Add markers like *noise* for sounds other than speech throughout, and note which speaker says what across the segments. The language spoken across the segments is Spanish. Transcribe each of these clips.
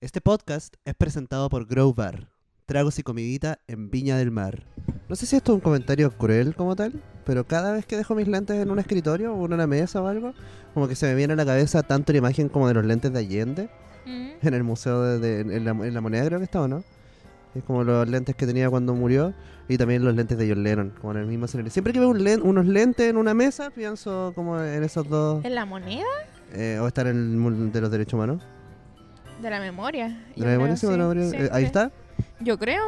Speaker 1: Este podcast es presentado por Grow Bar, tragos y comidita en Viña del Mar. No sé si esto es un comentario cruel como tal, pero cada vez que dejo mis lentes en un escritorio o en una mesa o algo, como que se me viene a la cabeza tanto la imagen como de los lentes de Allende,
Speaker 2: Mm.
Speaker 1: en el museo de, de- en, la, en la moneda creo que está, ¿o no? Es como los lentes que tenía cuando murió y también los lentes de John Lennon, como en el mismo escenario. Siempre que veo un len- unos lentes en una mesa, pienso como en esos dos,
Speaker 2: ¿En la moneda?
Speaker 1: eh, o estar en el mundo de los derechos humanos.
Speaker 2: De la memoria.
Speaker 1: ¿De
Speaker 2: yo
Speaker 1: la
Speaker 2: creo,
Speaker 1: memoria? Sí, de la
Speaker 2: sí,
Speaker 1: memoria.
Speaker 2: sí,
Speaker 1: Eh, ahí
Speaker 2: sí.
Speaker 1: está. Eh,
Speaker 2: Yo creo,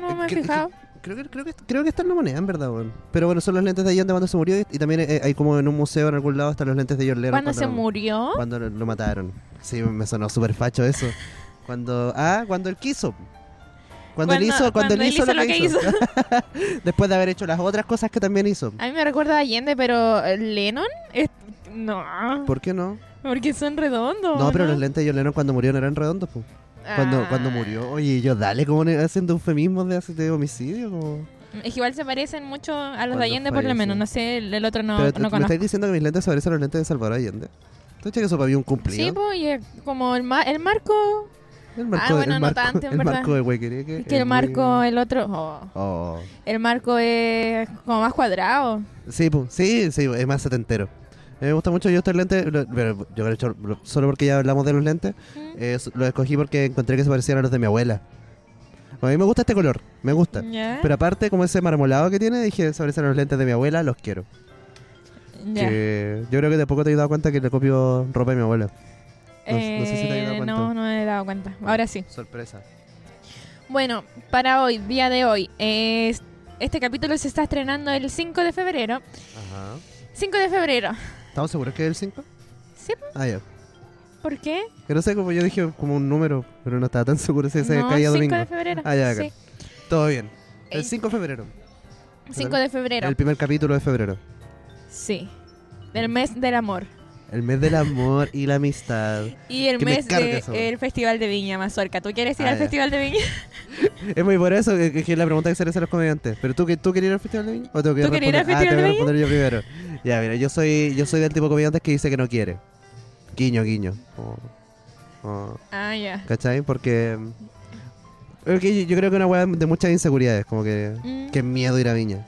Speaker 2: no me he
Speaker 1: Que- que-
Speaker 2: fijado.
Speaker 1: Creo que, creo, que, creo que está en la moneda, en verdad, weón. Pero bueno, son los lentes de Allende cuando se murió. Y, y también eh, hay como en un museo en algún lado están los lentes de John Lennon.
Speaker 2: Cuando se murió,
Speaker 1: Cuando lo, lo mataron. Sí, me sonó súper facho *laughs* eso. Cuando. Ah, cuando él quiso. Cuando, él hizo, cuando, él hizo, lo, que hizo. *laughs* Ah. Después de haber hecho las otras cosas que también hizo.
Speaker 2: a mí me recuerda a Allende, pero eh, Lennon, es- no,
Speaker 1: ¿Por qué no?
Speaker 2: porque son redondos.
Speaker 1: Oh, No, pero los lentes de John Lennon cuando murió no eran redondos, pues. Cuando,
Speaker 2: Ah.
Speaker 1: cuando murió. Oye, yo dale como ne- haciendo eufemismos de, hace- de homicidio. Como...
Speaker 2: Es que igual se parecen mucho a los
Speaker 1: Cuando
Speaker 2: de Allende, por lo
Speaker 1: falleció.
Speaker 2: menos. No sé, el, el otro no,
Speaker 1: pero
Speaker 2: no
Speaker 1: ¿me
Speaker 2: conozco.
Speaker 1: estáis diciendo que mis lentes se parecen a los lentes de Salvador Allende? ¿Tú crees que eso para mí es un cumplido?
Speaker 2: Sí, pues, y es como el, ma- el marco.
Speaker 1: El marco,
Speaker 2: Ah, bueno,
Speaker 1: el
Speaker 2: no
Speaker 1: marco,
Speaker 2: tanto, en
Speaker 1: el
Speaker 2: verdad.
Speaker 1: marco de Huequería que
Speaker 2: Es que el
Speaker 1: muy-
Speaker 2: marco, el otro. oh,
Speaker 1: Oh.
Speaker 2: el marco es como más cuadrado.
Speaker 1: Sí, pu, sí, sí, es más setentero. Eh, Me gusta mucho yo estos lentes, lo- pero yo creo que lo- solo porque ya hablamos de los lentes,
Speaker 2: Mm.
Speaker 1: eh, s- los escogí porque encontré que se parecían a los de mi abuela. A mí me gusta este color, me gusta.
Speaker 2: Ya,
Speaker 1: Pero aparte, como ese marmolado que tiene, dije, se parecen a los lentes de mi abuela, los quiero.
Speaker 2: ya.
Speaker 1: eh, Que yo creo que tampoco te he dado cuenta que le copio ropa de mi abuela. no sé- no sé si te habías dado
Speaker 2: Eh,
Speaker 1: cuenta.
Speaker 2: no, no me he dado cuenta. Ahora sí.
Speaker 1: Sorpresa.
Speaker 2: Bueno, para hoy, día de hoy, eh, este capítulo se está estrenando el 5 de febrero.
Speaker 1: Ajá.
Speaker 2: 5 de febrero.
Speaker 1: ¿Estamos seguros que es el 5?
Speaker 2: Sí,
Speaker 1: Ah, ya.
Speaker 2: ¿Por qué?
Speaker 1: Que no sé, como yo dije, como un número, pero no estaba tan seguro si se
Speaker 2: No,
Speaker 1: caía
Speaker 2: 5
Speaker 1: domingo.
Speaker 2: de febrero.
Speaker 1: Ah, ya,
Speaker 2: sí,
Speaker 1: Todo bien.
Speaker 2: Ey.
Speaker 1: El 5 de febrero.
Speaker 2: 5 de febrero.
Speaker 1: El primer capítulo de febrero.
Speaker 2: Sí. Del mes del amor.
Speaker 1: El mes del amor y la amistad.
Speaker 2: Y el
Speaker 1: Que me
Speaker 2: mes
Speaker 1: carga
Speaker 2: del
Speaker 1: esa
Speaker 2: Festival de Viña, Mazorca. ¿Tú quieres ir
Speaker 1: Ah,
Speaker 2: al
Speaker 1: ya.
Speaker 2: Festival de Viña? *laughs*
Speaker 1: Es muy por eso que, que es la pregunta que se le hace a los comediantes. ¿Pero tú, que- tú querías ir al Festival de Viña? ¿O tengo que
Speaker 2: ¿Tú querías ir al
Speaker 1: responder? Ah,
Speaker 2: Festival
Speaker 1: tengo que responder yo primero. Ya, mira, yo soy, yo soy del tipo de comediantes que dice que no quiere. Guiño, guiño. Oh, oh,
Speaker 2: Ah, ya.
Speaker 1: ¿Cachai? Porque... porque yo- yo creo que es una weá de muchas inseguridades. Como que...
Speaker 2: Mm.
Speaker 1: Qué miedo ir a Viña.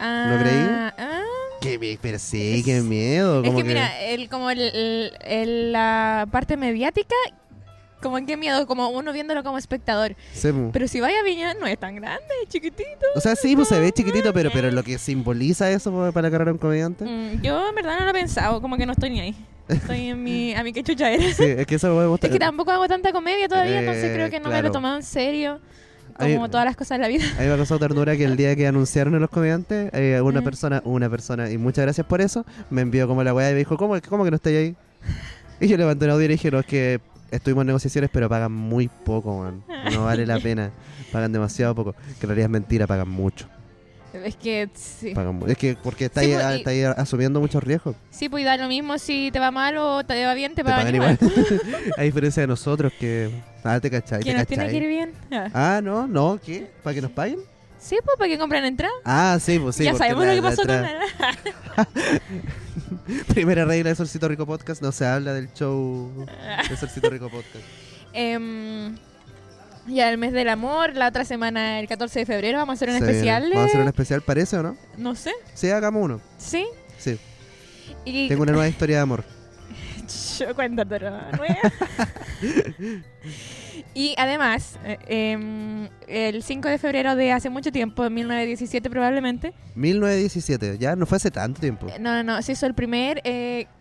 Speaker 2: Ah,
Speaker 1: ¿Lo creí?
Speaker 2: ah.
Speaker 1: Que me persigue, qué miedo.
Speaker 2: Es
Speaker 1: Como
Speaker 2: que, mira, el, como el, el- el- la parte mediática, como en qué miedo, como uno viéndolo como espectador.
Speaker 1: Sí, mu.
Speaker 2: Pero si vaya a Viña, no es tan grande, es chiquitito.
Speaker 1: O sea, sí, pues se ve chiquitito, pero, pero lo que simboliza eso pues, para la carrera de un comediante.
Speaker 2: Mm, yo en verdad no lo he pensado, como que no estoy ni ahí. Estoy en mi. A mi que chucha eres.
Speaker 1: Sí, es que eso me gusta.
Speaker 2: Es que tampoco hago tanta comedia todavía, entonces
Speaker 1: Eh,
Speaker 2: creo que no me
Speaker 1: claro.
Speaker 2: lo he tomado en serio.
Speaker 1: Ay,
Speaker 2: Como todas las cosas de la vida. *laughs*
Speaker 1: A mí me ha causado ternura que el día que anunciaron a los comediantes, eh, una
Speaker 2: Mm.
Speaker 1: persona, una persona, y muchas gracias por eso, me envió como la weá y me dijo, ¿cómo, cómo que no estáis ahí? Y yo levanté un audio y le dije, no, es que estuvimos en negociaciones, pero pagan muy poco, man. No vale la pena. Pagan demasiado poco. Que en realidad es mentira, pagan mucho.
Speaker 2: Es que sí.
Speaker 1: Pagan mu- es que porque estáis
Speaker 2: Sí, pues,
Speaker 1: ah,
Speaker 2: y-
Speaker 1: estáis asumiendo muchos riesgos.
Speaker 2: Sí, pues y da lo mismo si te va mal o te va bien, te,
Speaker 1: Te
Speaker 2: pagan,
Speaker 1: pagan *laughs* igual.
Speaker 2: *laughs*
Speaker 1: a diferencia de nosotros que... Ah, te cachai,
Speaker 2: Que
Speaker 1: te
Speaker 2: nos tiene que ir
Speaker 1: cachai.
Speaker 2: bien. Ah.
Speaker 1: Ah, no, no, ¿qué? ¿Para que nos paguen?
Speaker 2: Sí, pues para que compren entrada.
Speaker 1: Ah, sí, pues sí.
Speaker 2: ya
Speaker 1: porque
Speaker 2: sabemos
Speaker 1: la-
Speaker 2: lo que
Speaker 1: la
Speaker 2: pasó
Speaker 1: tra-
Speaker 2: con la-
Speaker 1: Primera regla de Solcito Rico Podcast, no se habla del show de Solcito Rico Podcast.
Speaker 2: *laughs* *laughs* Em, ya el mes del amor, la otra semana, el 14 de febrero, vamos a hacer un
Speaker 1: Se viene.
Speaker 2: especial.
Speaker 1: Vamos a hacer
Speaker 2: de-
Speaker 1: un especial, parece o no?
Speaker 2: No sé,
Speaker 1: Sí, hagamos uno.
Speaker 2: ¿sí?
Speaker 1: Sí,
Speaker 2: Y...
Speaker 1: tengo una nueva historia de amor.
Speaker 2: *laughs* Yo cuéntatelo, ¿no? *laughs* y además, eh, em, el 5 de febrero de hace mucho tiempo, en 1917 probablemente,
Speaker 1: 1917, ya no fue hace tanto tiempo.
Speaker 2: eh, no, no, no, se hizo el primer... eh, *laughs*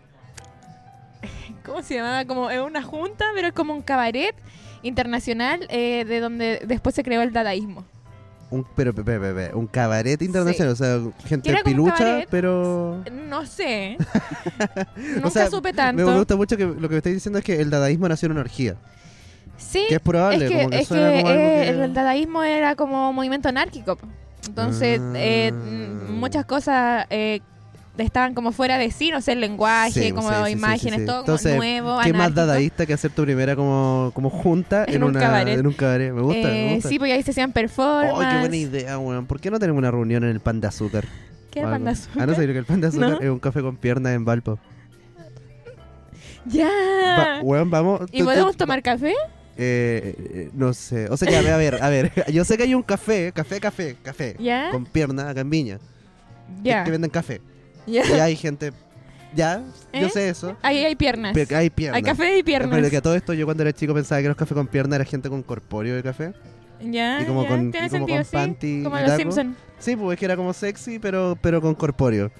Speaker 2: ¿Cómo se llamaba? Como es una junta, pero es como un cabaret internacional eh, de donde después se creó el dadaísmo.
Speaker 1: Un, pero, pe- pe- pe- pe- un cabaret internacional, o sea, gente
Speaker 2: Era como un
Speaker 1: pilucha,
Speaker 2: cabaret.
Speaker 1: pero... *laughs*
Speaker 2: No sé. ¿eh? Nunca
Speaker 1: sea,
Speaker 2: supe
Speaker 1: Me me
Speaker 2: tanto.
Speaker 1: gusta mucho que lo que me estáis diciendo es que el dadaísmo nació en una orgía.
Speaker 2: Sí,
Speaker 1: Que es probable,
Speaker 2: es que,
Speaker 1: como que
Speaker 2: es
Speaker 1: suena
Speaker 2: que,
Speaker 1: como algo
Speaker 2: eh,
Speaker 1: que-
Speaker 2: el dadaísmo era como un movimiento anárquico. po. Entonces,
Speaker 1: Ah.
Speaker 2: eh, m- muchas cosas eh, estaban como fuera de sí, no sé, el lenguaje,
Speaker 1: Sí,
Speaker 2: como
Speaker 1: sí, sí, sí, sí,
Speaker 2: imágenes,
Speaker 1: sí.
Speaker 2: todo
Speaker 1: Entonces,
Speaker 2: como nuevo.
Speaker 1: ¿Qué más
Speaker 2: anárquico.
Speaker 1: dadaísta que hacer tu primera como, como junta en,
Speaker 2: En un
Speaker 1: una-
Speaker 2: cabaret.
Speaker 1: en un cabaret? Me gusta,
Speaker 2: Eh,
Speaker 1: me gusta.
Speaker 2: Sí, pues ahí se hacían
Speaker 1: ¡Ay,
Speaker 2: performances.
Speaker 1: qué buena idea, weón! ¿Por qué no tenemos una reunión en el Pan de Azúcar?
Speaker 2: ¿Qué
Speaker 1: O
Speaker 2: era
Speaker 1: algo. *laughs*
Speaker 2: Panda *laughs* Azul?
Speaker 1: Ah, no sé, creo que el Pan de Azúcar
Speaker 2: ¿No?
Speaker 1: es un café con piernas en Valpo.
Speaker 2: ¡Ya!
Speaker 1: Va- weón, vamos.
Speaker 2: ¿Y
Speaker 1: tú- tú-
Speaker 2: Ah. podemos tomar café?
Speaker 1: Eh, eh, no sé. O sea, ya, a ver, a ver. *laughs* Yo sé que hay un café, café, café, café.
Speaker 2: ¿Ya?
Speaker 1: Con pierna acá en Viña. que-
Speaker 2: Ya.
Speaker 1: Que, venden café.
Speaker 2: ya.
Speaker 1: Y hay gente. Ya, yo
Speaker 2: ¿Eh?
Speaker 1: sé eso.
Speaker 2: Ahí hay piernas.
Speaker 1: Pero que hay pierna.
Speaker 2: Hay café y
Speaker 1: Pero
Speaker 2: piernas.
Speaker 1: que a todo esto yo cuando era chico pensaba que los cafés con pierna era gente con corpóreo de café.
Speaker 2: Ya,
Speaker 1: y como
Speaker 2: ya,
Speaker 1: con-
Speaker 2: tiene
Speaker 1: y como
Speaker 2: sentido,
Speaker 1: con
Speaker 2: sí.
Speaker 1: panty
Speaker 2: Como
Speaker 1: y
Speaker 2: los
Speaker 1: taco.
Speaker 2: Simpson.
Speaker 1: Sí, pues es que era como sexy, pero, pero con corpóreo.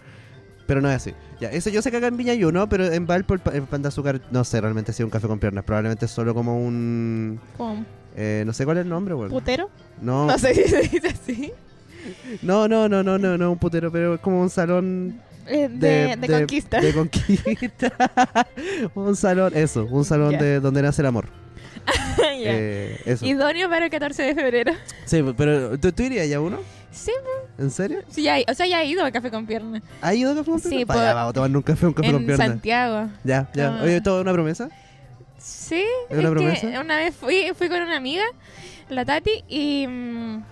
Speaker 1: Pero no es así. Ya, eso yo sé que acá en Viña hay uno, pero en Valpo el, pa- el pan de azúcar, no sé realmente si es un café con piernas. Probablemente es solo como un...
Speaker 2: Como un
Speaker 1: eh, no sé cuál es el nombre, weón.
Speaker 2: putero.
Speaker 1: No,
Speaker 2: No sé si se dice así.
Speaker 1: no, no, no, no, no, no, un putero, pero es como un salón
Speaker 2: Eh,
Speaker 1: de...
Speaker 2: de, de, conquista.
Speaker 1: De conquista. *laughs* un salón, eso, un salón
Speaker 2: Ya.
Speaker 1: de donde nace el amor.
Speaker 2: Ya.
Speaker 1: Eh, eso.
Speaker 2: Idóneo para el 14 de febrero. *laughs*
Speaker 1: Sí, pero ¿tú, tú irías ya a uno?
Speaker 2: Sí,
Speaker 1: ¿En serio?
Speaker 2: sí, ya, o sea, ya he ido al café con piernas.
Speaker 1: ¿Ha ido a café con piernas?
Speaker 2: Sí,
Speaker 1: Vaya,
Speaker 2: por-
Speaker 1: vamos a tomar un café, un café con
Speaker 2: En
Speaker 1: piernas.
Speaker 2: Santiago.
Speaker 1: Ya, ya.
Speaker 2: Ah.
Speaker 1: Oye, ¿todo una promesa?
Speaker 2: Sí,
Speaker 1: ¿Es una
Speaker 2: es que
Speaker 1: promesa?
Speaker 2: una vez fui, fui con una amiga, la Tati, y mm,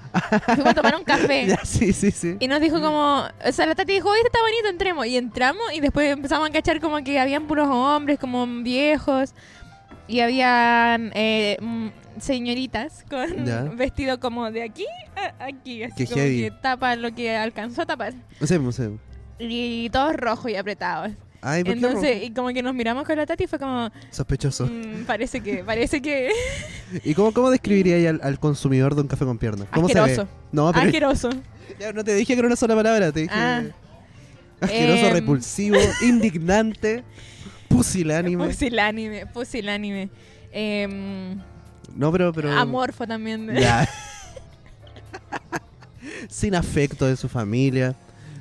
Speaker 2: fuimos a tomar un café.
Speaker 1: *laughs* Ya, sí, sí, sí.
Speaker 2: Y nos dijo como, o sea, la Tati dijo, oye, este está bonito, entremos. Y entramos y después empezamos a cachar como que habían puros hombres, como viejos, y habían eh, mm, señoritas con
Speaker 1: Ya.
Speaker 2: *laughs* vestido como de aquí a aquí, así
Speaker 1: Qué
Speaker 2: como
Speaker 1: heavy.
Speaker 2: que tapa lo que alcanzó a tapar.
Speaker 1: Sí, sí.
Speaker 2: Y todos rojos y apretados.
Speaker 1: Ay, ¿por qué no?
Speaker 2: Entonces, y como que nos miramos con la Tati y fue como,
Speaker 1: Sospechoso.
Speaker 2: "Mm, parece que, parece que
Speaker 1: ¿Y cómo, cómo describiría ahí al, al consumidor de un café con piernas? ¿Cómo se ve?
Speaker 2: Asqueroso.
Speaker 1: No, pero
Speaker 2: asqueroso.
Speaker 1: ya no te dije que era una sola palabra, te dije
Speaker 2: Ah.
Speaker 1: asqueroso,
Speaker 2: Em.
Speaker 1: repulsivo, indignante, pusilánime.
Speaker 2: *laughs* Pusilánime, pusilánime. Em,
Speaker 1: No, pero, pero
Speaker 2: Amorfo también. de-
Speaker 1: Ya. Sin afecto de su familia.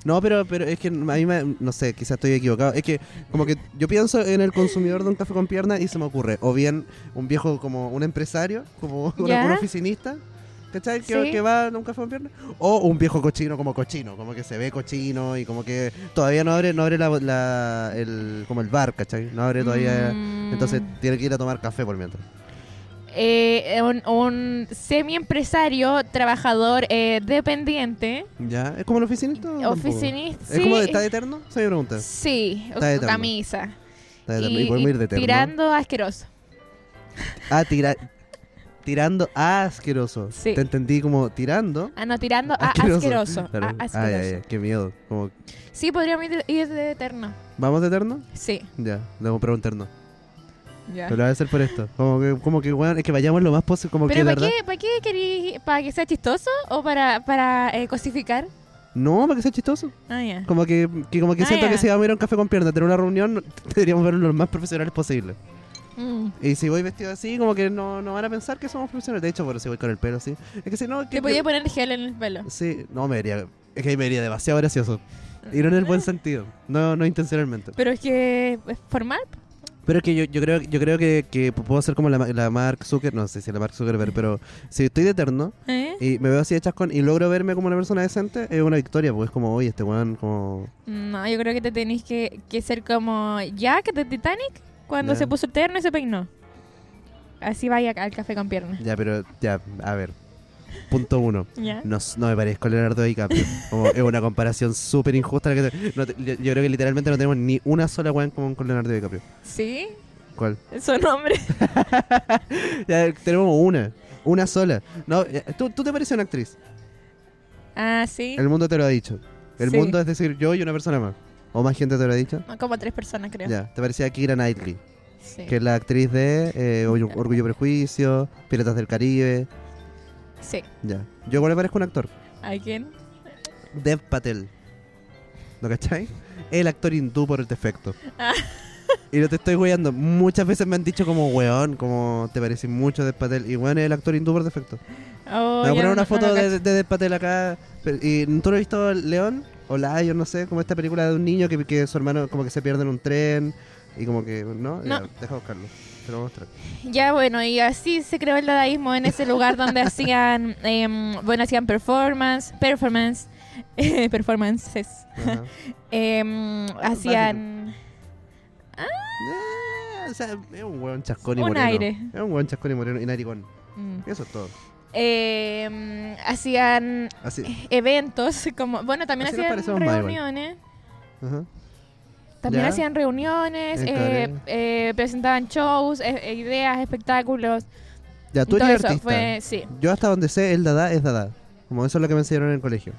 Speaker 1: No, pero, pero es que a mí me- no sé, quizás estoy equivocado. Es que como que yo pienso en el consumidor de un café con pierna y se me ocurre. O bien un viejo como un empresario, como *laughs* un,
Speaker 2: Ya.
Speaker 1: un oficinista, ¿cachai? Que,
Speaker 2: Sí.
Speaker 1: que va a un café con pierna. O un viejo cochino como cochino, como que se ve cochino y como que todavía no abre, no abre la, la- el, como el bar, ¿cachai? No abre todavía.
Speaker 2: Mm.
Speaker 1: Entonces tiene que ir a tomar café por mientras.
Speaker 2: Eh, un, un semi-empresario, trabajador eh, dependiente,
Speaker 1: ¿Ya? ¿Es como el oficinista? o tampoco?
Speaker 2: oficinista.
Speaker 1: ¿Es como de está de eterno? Se me pregunta.
Speaker 2: Sí, o-
Speaker 1: Está de
Speaker 2: o
Speaker 1: terno.
Speaker 2: camisa.
Speaker 1: Está de eterno.
Speaker 2: Y,
Speaker 1: Y, podemos
Speaker 2: y
Speaker 1: ir de eterno.
Speaker 2: tirando asqueroso.
Speaker 1: Ah, tira- tirando ah, asqueroso.
Speaker 2: Sí.
Speaker 1: Te entendí como tirando.
Speaker 2: Ah, no, tirando a
Speaker 1: Asqueroso.
Speaker 2: asqueroso. a
Speaker 1: Claro. Ah,
Speaker 2: asqueroso.
Speaker 1: Ay, ay, ay, qué miedo. Como,
Speaker 2: Sí, podríamos ir de, ir de eterno.
Speaker 1: ¿Vamos de eterno?
Speaker 2: Sí.
Speaker 1: Ya, debo preguntarnos.
Speaker 2: Ya.
Speaker 1: Pero lo voy a hacer por esto. Como que, como que, bueno, es que vayamos lo más posible. Como que,
Speaker 2: ¿Pero
Speaker 1: de
Speaker 2: para
Speaker 1: verdad.
Speaker 2: qué, para qué querís? ¿Para que sea chistoso o para, para eh, cosificar?
Speaker 1: No, para que sea chistoso.
Speaker 2: Ah, ya.
Speaker 1: Como que, que como que
Speaker 2: Ah,
Speaker 1: siento
Speaker 2: ya.
Speaker 1: que si vamos a ir a un café con piernas, a tener una reunión, *laughs* deberíamos vernos lo más profesionales posible.
Speaker 2: Mm.
Speaker 1: Y si voy vestido así, como que no, no van a pensar que somos profesionales. De hecho, bueno, si voy con el pelo así. Es que si no. que-
Speaker 2: Te podía poner gel en el pelo.
Speaker 1: Sí, no me vería. Es que ahí me vería demasiado gracioso. Y no en el buen sentido, no, no intencionalmente.
Speaker 2: Pero es que es formal.
Speaker 1: Pero es que yo, yo creo, yo creo que, que puedo ser como la, ma- la Mark Zucker, no sé si la Mark Zuckerberg, pero si estoy de eterno
Speaker 2: ¿eh?
Speaker 1: y me veo así de chascón y logro verme como una persona decente, es una victoria, porque es como, oye, este weón, como.
Speaker 2: No, yo creo que te tenés que, que ser como Jack de Titanic cuando
Speaker 1: Ya.
Speaker 2: se puso terno y se peinó. Así vaya al café con piernas.
Speaker 1: Ya, pero, ya, a ver. Punto uno.
Speaker 2: ¿Ya?
Speaker 1: No, s- no me parezco a Leonardo DiCaprio. Como, es una comparación súper injusta. la que te- no te- yo yo creo que literalmente no tenemos ni una sola weón en común con Leonardo DiCaprio.
Speaker 2: Sí,
Speaker 1: ¿Cuál?
Speaker 2: su
Speaker 1: *laughs*
Speaker 2: nombre.
Speaker 1: Ya, tenemos una, una sola. No, ya, ¿tú, tú te pareces una actriz.
Speaker 2: Ah, sí.
Speaker 1: El mundo te lo ha dicho. El
Speaker 2: Sí.
Speaker 1: mundo es decir yo y una persona más. O más gente te lo ha dicho.
Speaker 2: Como tres personas, creo.
Speaker 1: Ya, te parecía Kira Knightley,
Speaker 2: Sí.
Speaker 1: que es la actriz de eh, Orgu- Orgullo y Prejuicio, Piratas del Caribe.
Speaker 2: sí.
Speaker 1: Ya. Yo igual me parezco a un actor.
Speaker 2: ¿A quién?
Speaker 1: Dev Patel. ¿Lo cachai? El actor hindú por el defecto.
Speaker 2: Ah.
Speaker 1: *laughs* Y no te estoy weando. Muchas veces me han dicho como weón, como te pareces mucho a Dev Patel. Y bueno, es el actor hindú por defecto.
Speaker 2: Oh,
Speaker 1: Me voy a
Speaker 2: ya
Speaker 1: poner
Speaker 2: no-
Speaker 1: una
Speaker 2: no
Speaker 1: foto
Speaker 2: lo
Speaker 1: de,
Speaker 2: cacho.
Speaker 1: de, de Patel acá. Pero- ¿Y tú no has visto León? O Lion, no sé, como esta película de un niño que, que su hermano como que se pierde en un tren y como que, ¿no? Ya,
Speaker 2: No.
Speaker 1: deja buscarlo. Te lo voy a
Speaker 2: *laughs*
Speaker 1: mostrar.
Speaker 2: Ya, bueno, y así se creó el dadaísmo en ese
Speaker 1: *laughs*
Speaker 2: lugar donde hacían, em, bueno, hacían performance, performance, *laughs* performances.
Speaker 1: Ajá.
Speaker 2: Em, hacían...
Speaker 1: Ah, o sea, es un hueón chascón y
Speaker 2: Un
Speaker 1: moreno.
Speaker 2: aire.
Speaker 1: Es un hueón chascón y moreno y narigón.
Speaker 2: mm,
Speaker 1: Eso es todo.
Speaker 2: em, hacían
Speaker 1: Así.
Speaker 2: eventos, como bueno, también
Speaker 1: Así nos
Speaker 2: hacían
Speaker 1: parecemos más igual.
Speaker 2: reuniones.
Speaker 1: Ajá.
Speaker 2: También
Speaker 1: Ya.
Speaker 2: hacían reuniones,
Speaker 1: En
Speaker 2: eh,
Speaker 1: Cabaret.
Speaker 2: eh, presentaban shows, eh, eh, ideas, espectáculos,
Speaker 1: Ya, tú
Speaker 2: Todo
Speaker 1: eres
Speaker 2: eso
Speaker 1: artista.
Speaker 2: fue, sí,
Speaker 1: Yo hasta donde sé, el dada es dada. Como eso es lo que me enseñaron en el colegio.